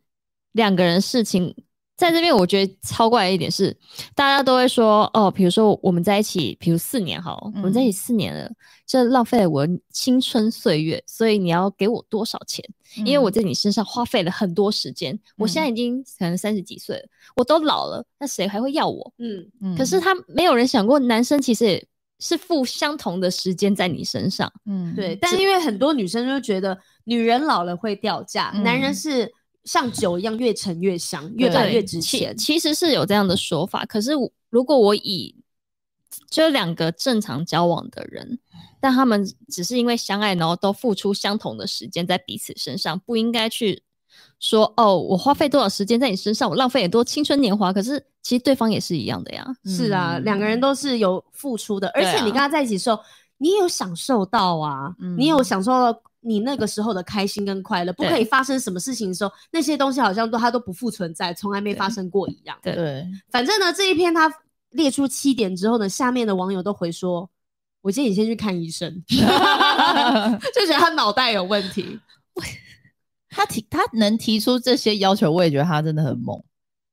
C: 两个人事情，在这边我觉得超怪的一点是，大家都会说哦，比如说我们在一起，比如四年好了，我们在一起四年了，这浪费了我青春岁月，所以你要给我多少钱？因
D: 嗯
C: 为我在你身上花费了很多时间，我现在已经可能三十几岁了，我都老了，那谁还会要我？
B: 嗯，
D: 嗯，
C: 可是他没有人想过，男生其实也是付相同的时间在你身上。
D: 嗯
B: 对。但因为很多女生就觉得女人老了会掉价，男人
D: 嗯
B: 是像酒一样越沉越香，越
D: 对
B: 来越值
C: 其
B: 钱。
C: 其实是有这样的说法，可是我如果我以就两个正常交往的人，但他们只是因为相爱，然后都付出相同的时间在彼此身上，不应该去说哦，我花费多少时间在你身上，我浪费很多青春年华。可是其实对方也是一样的呀。
B: 是啊，
D: 嗯
B: 两个人都是有付出的，而
C: 对
B: 且你
C: 啊
B: 跟他在一起的时候，你也有享受到啊，你有享受到你那个时候的开心跟快乐，不
C: 嗯对
B: 可以发生什么事情的时候，那些东西好像都它都不复存在，从来没发生过一样。
C: 对
D: 对，
B: 反正呢，这一篇他列出七点之后呢，下面的网友都回说：“我建议你先去看医 生。”就觉得他脑袋有问题。
D: 他提他能提出这些要求，我也觉得他真的很猛，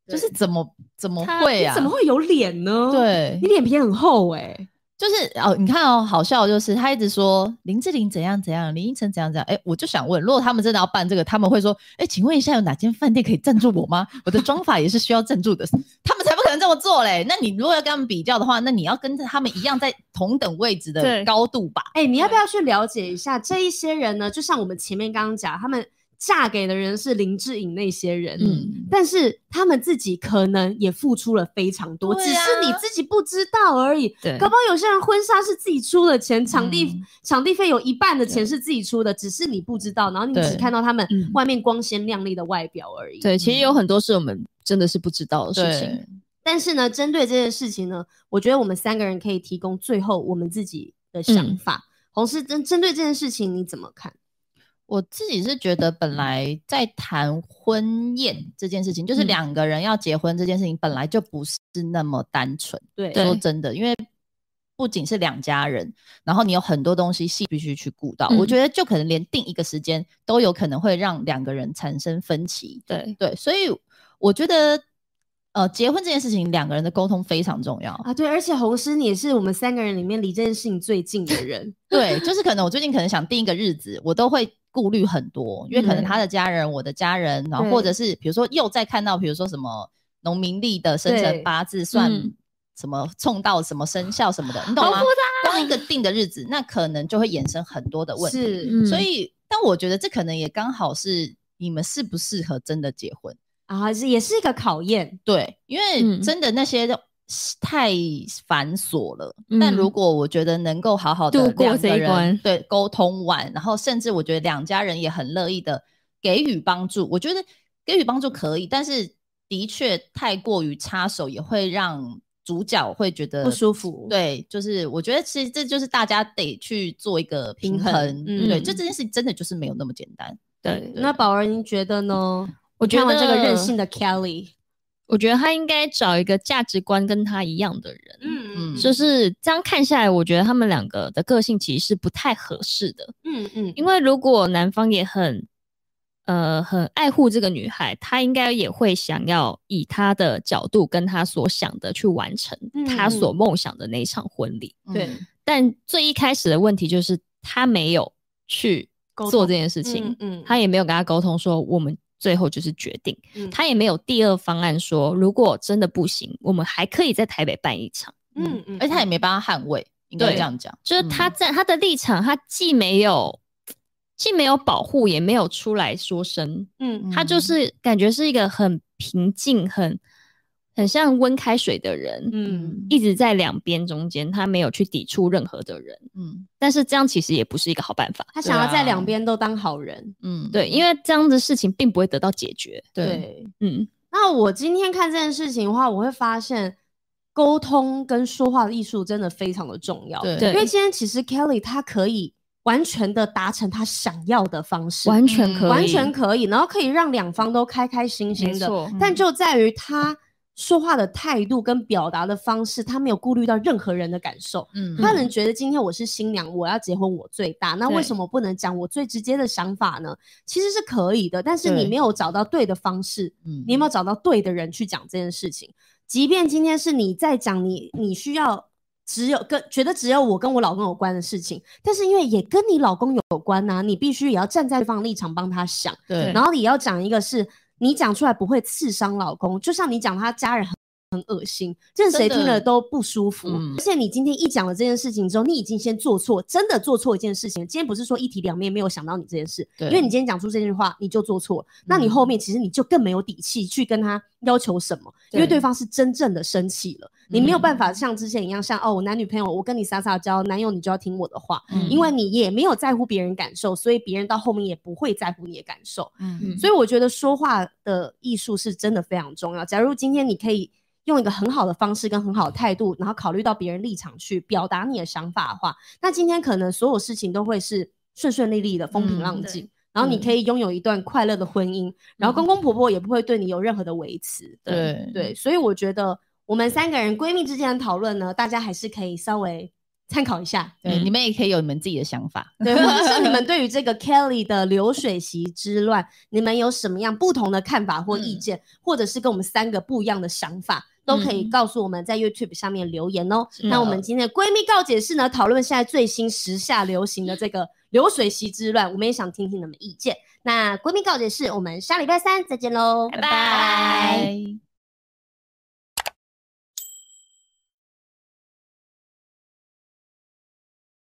B: 对
D: 就是怎么怎么
C: 他
D: 会
B: 你
D: 啊？
B: 怎么会有脸呢？，
D: 对
B: 你？脸皮很厚哎、
D: 就是哦，你看哦，好笑的就是他一直说林志玲怎样怎样，林依晨怎样怎样。哎、我就想问，如果他们真的要办这个，他们会说，哎、请问一下，有哪间饭店可以赞助我吗？我的妆法也是需要赞助的， 他们才不可能这么做嘞。那你如果要跟他们比较的话，那你要跟他们一样在同等位置的
C: 对
D: 高度吧？
B: 哎、你要不要去了解一下这一些人呢？就像我们前面刚刚讲，他们嫁给的人是林志颖那些人，
D: 嗯，
B: 但是他们自己可能也付出了非常多，
D: 对
B: 只
D: 啊
B: 是你自己不知道而已。
C: 对
B: 搞不好有些人婚纱是自己出的钱，场地、
D: 嗯
B: 场地费有一半的钱是自己出的，只是你不知道，然后你只
D: 对
B: 看到他们
C: 嗯
B: 外面光鲜亮丽的外表而已。
C: 对，其实有很多是我们真的是不知道的事情。
D: 对，
B: 但是呢，针对这件事情呢，我觉得我们三个人可以提供最后我们自己的想
C: 嗯
B: 法。红师针针对这件事情你怎么看？
D: 我自己是觉得，
C: 嗯
D: 本来在谈婚宴这件事情，就是
C: 嗯
D: 两个人要结婚这件事情，本来就不是那么单纯。
B: 对
C: 对
D: 说真的，因为不仅是两家人，然后你有很多东西是必须去顾到。
C: 嗯
D: 我觉得就可能连定一个时间都有可能会让两个人产生分歧。
C: 对，
D: 对，所以我觉得，呃，结婚这件事情，两个人的沟通非常重要。
B: 啊，对，而且红师你也是我们三个人里面离这件事情最近的人。
D: 对，就是可能我最近可能想定一个日子，我都会顾虑很多，因为可
C: 嗯
D: 能他的家人、我的家人，然后或者是比如说又在看到，比如说什么农民历的生
B: 对
D: 辰八字算
C: 嗯
D: 什么冲到什么生肖什么的，你懂
C: 好
D: 吗？
C: 复杂
D: 光当一个定的日子，那可能就会衍生很多的问题。
B: 是
C: 嗯
D: 所以，但我觉得这可能也刚好是你们适不适合真的结婚。
B: 啊，是也是一个考验。
D: 对，因为
C: 嗯
D: 真的那些是太繁琐了。
C: 嗯
D: 但如果我觉得能够好好的
C: 度过这一关
D: 对沟通完，然后甚至我觉得两家人也很乐意的给予帮助，我觉得给予帮助可以，但是的确太过于插手也会让主角会觉得
B: 不舒服
D: 对，就是我觉得其实这就是大家得去做一个平
B: 平
D: 衡。
B: 衡
D: 对，
C: 嗯
D: 这件事真的就是没有那么简单。
C: 对，
B: 那宝儿，您觉得呢？
C: 我觉
B: 看完这个
C: 得
B: 任性的 Kelly，
C: 我觉得他应该找一个价值观跟他一样的人。
B: 嗯
D: 嗯
C: 就是这样看下来，我觉得他们两个的个性其实是不太合适的。
B: 嗯嗯，
C: 因为如果男方也很呃很爱护这个女孩，他应该也会想要以他的角度跟他所想的去完成
B: 嗯
C: 他所梦想的那一场婚礼。
B: 对
D: 嗯
C: 但最一开始的问题就是他没有去
B: 沟
C: 做
B: 通
C: 这件事情，
B: 嗯
C: 他也没有跟他沟通说我们最后就是决定，
B: 嗯
C: 他也没有第二方案说如果真的不行，我们还可以在台北办一场。
B: 嗯嗯
D: 而且他也没帮他捍卫，应该
C: 对
D: 这样讲。
C: 就是他在他的立场，他既没有既没有保护，也没有出来说声，
B: 嗯
C: 他就是感觉是一个很平静、很很像温开水的人，
B: 嗯
C: 一直在两边中间，他没有去抵触任何的人。
D: 嗯
C: 但是这样其实也不是一个好办法，
B: 他想要在
D: 对啊
B: 两边都当好人。
D: 嗯，
C: 对，因为这样的事情并不会得到解决。
B: 啊
D: 对，
C: 嗯，
B: 那我今天看这件事情的话，我会发现沟通跟说话的艺术真的非常的重要。
D: 对
B: 因为
C: 对，
B: 今天其实 Kelly 她可以完全的达成她想要的方式，
C: 完全可以，
B: 嗯完全可以，然后可以让两方都开开心
C: 没
B: 心的。
C: 错，
B: 但就在于她说话的态度跟表达的方式，她没有顾虑到任何人的感受。
D: 嗯
B: 他可能觉得今天我是新娘，我要结婚，我最大，那为
C: 对
B: 什么不能讲我最直接的想法呢？其实是可以的，但是你
D: 对
B: 没有找到对的方式，
D: 嗯
B: 你有没有找到对的人去讲这件事情？即便今天是你在讲你你需要只有跟觉得只有我跟我老公有关的事情，但是因为也跟你老公有关呐、你必须也要站在对方的立场帮他想，
D: 对，
B: 然后你要讲一个是你讲出来不会刺伤老公，就像你讲他家人很很恶心，这谁听
D: 真的
B: 了都不舒服。
D: 嗯
B: 而且你今天一讲了这件事情之后，你已经先做错，真的做错一件事情。今天不是说一体两面没有想到你这件事，
D: 对
B: 因为你今天讲出这句话，你就做错了，那你
D: 嗯
B: 后面其实你就更没有底气去跟他要求什么，因为
D: 对嗯
B: 对方是真正的生气了，你没有办法像之前一样，像哦我男女朋友，我跟你撒撒娇，男友你就要听我的话。
D: 嗯
B: 因为你也没有在乎别人感受，所以别人到后面也不会在乎你的感受。
D: 嗯
B: 所以我觉得说话的艺术是真的非常重要。假如今天你可以用一个很好的方式跟很好的态度，然后考虑到别人立场去表达你的想法的话，那今天可能所有事情都会是顺顺利利的，风平
D: 嗯嗯
B: 浪
C: 对
B: 静。然后你可以拥有一段快乐的婚姻，然后公公婆婆也不会对你有任何的维持。
D: 对
B: 对，所以我觉得我们三个人闺蜜之间的讨论呢，大家还是可以稍微参考一下。
D: 对，你们也可以有你们自己的想法。
B: 对，或者是你们对于这个 Kelly 的流水席之乱，你们有什么样不同的看法或
C: 嗯
B: 意见，或者是跟我们三个不一样的想法，都可以
C: 嗯
B: 告诉我们在 YouTube 上面留言哦。
C: 是的
B: 那我们今天的闺蜜告解室呢，讨论现在最新时下流行的这个流水席之乱，我们也想听听你们意见。那闺蜜告解室，我们下礼拜三再见喽，
C: 拜拜。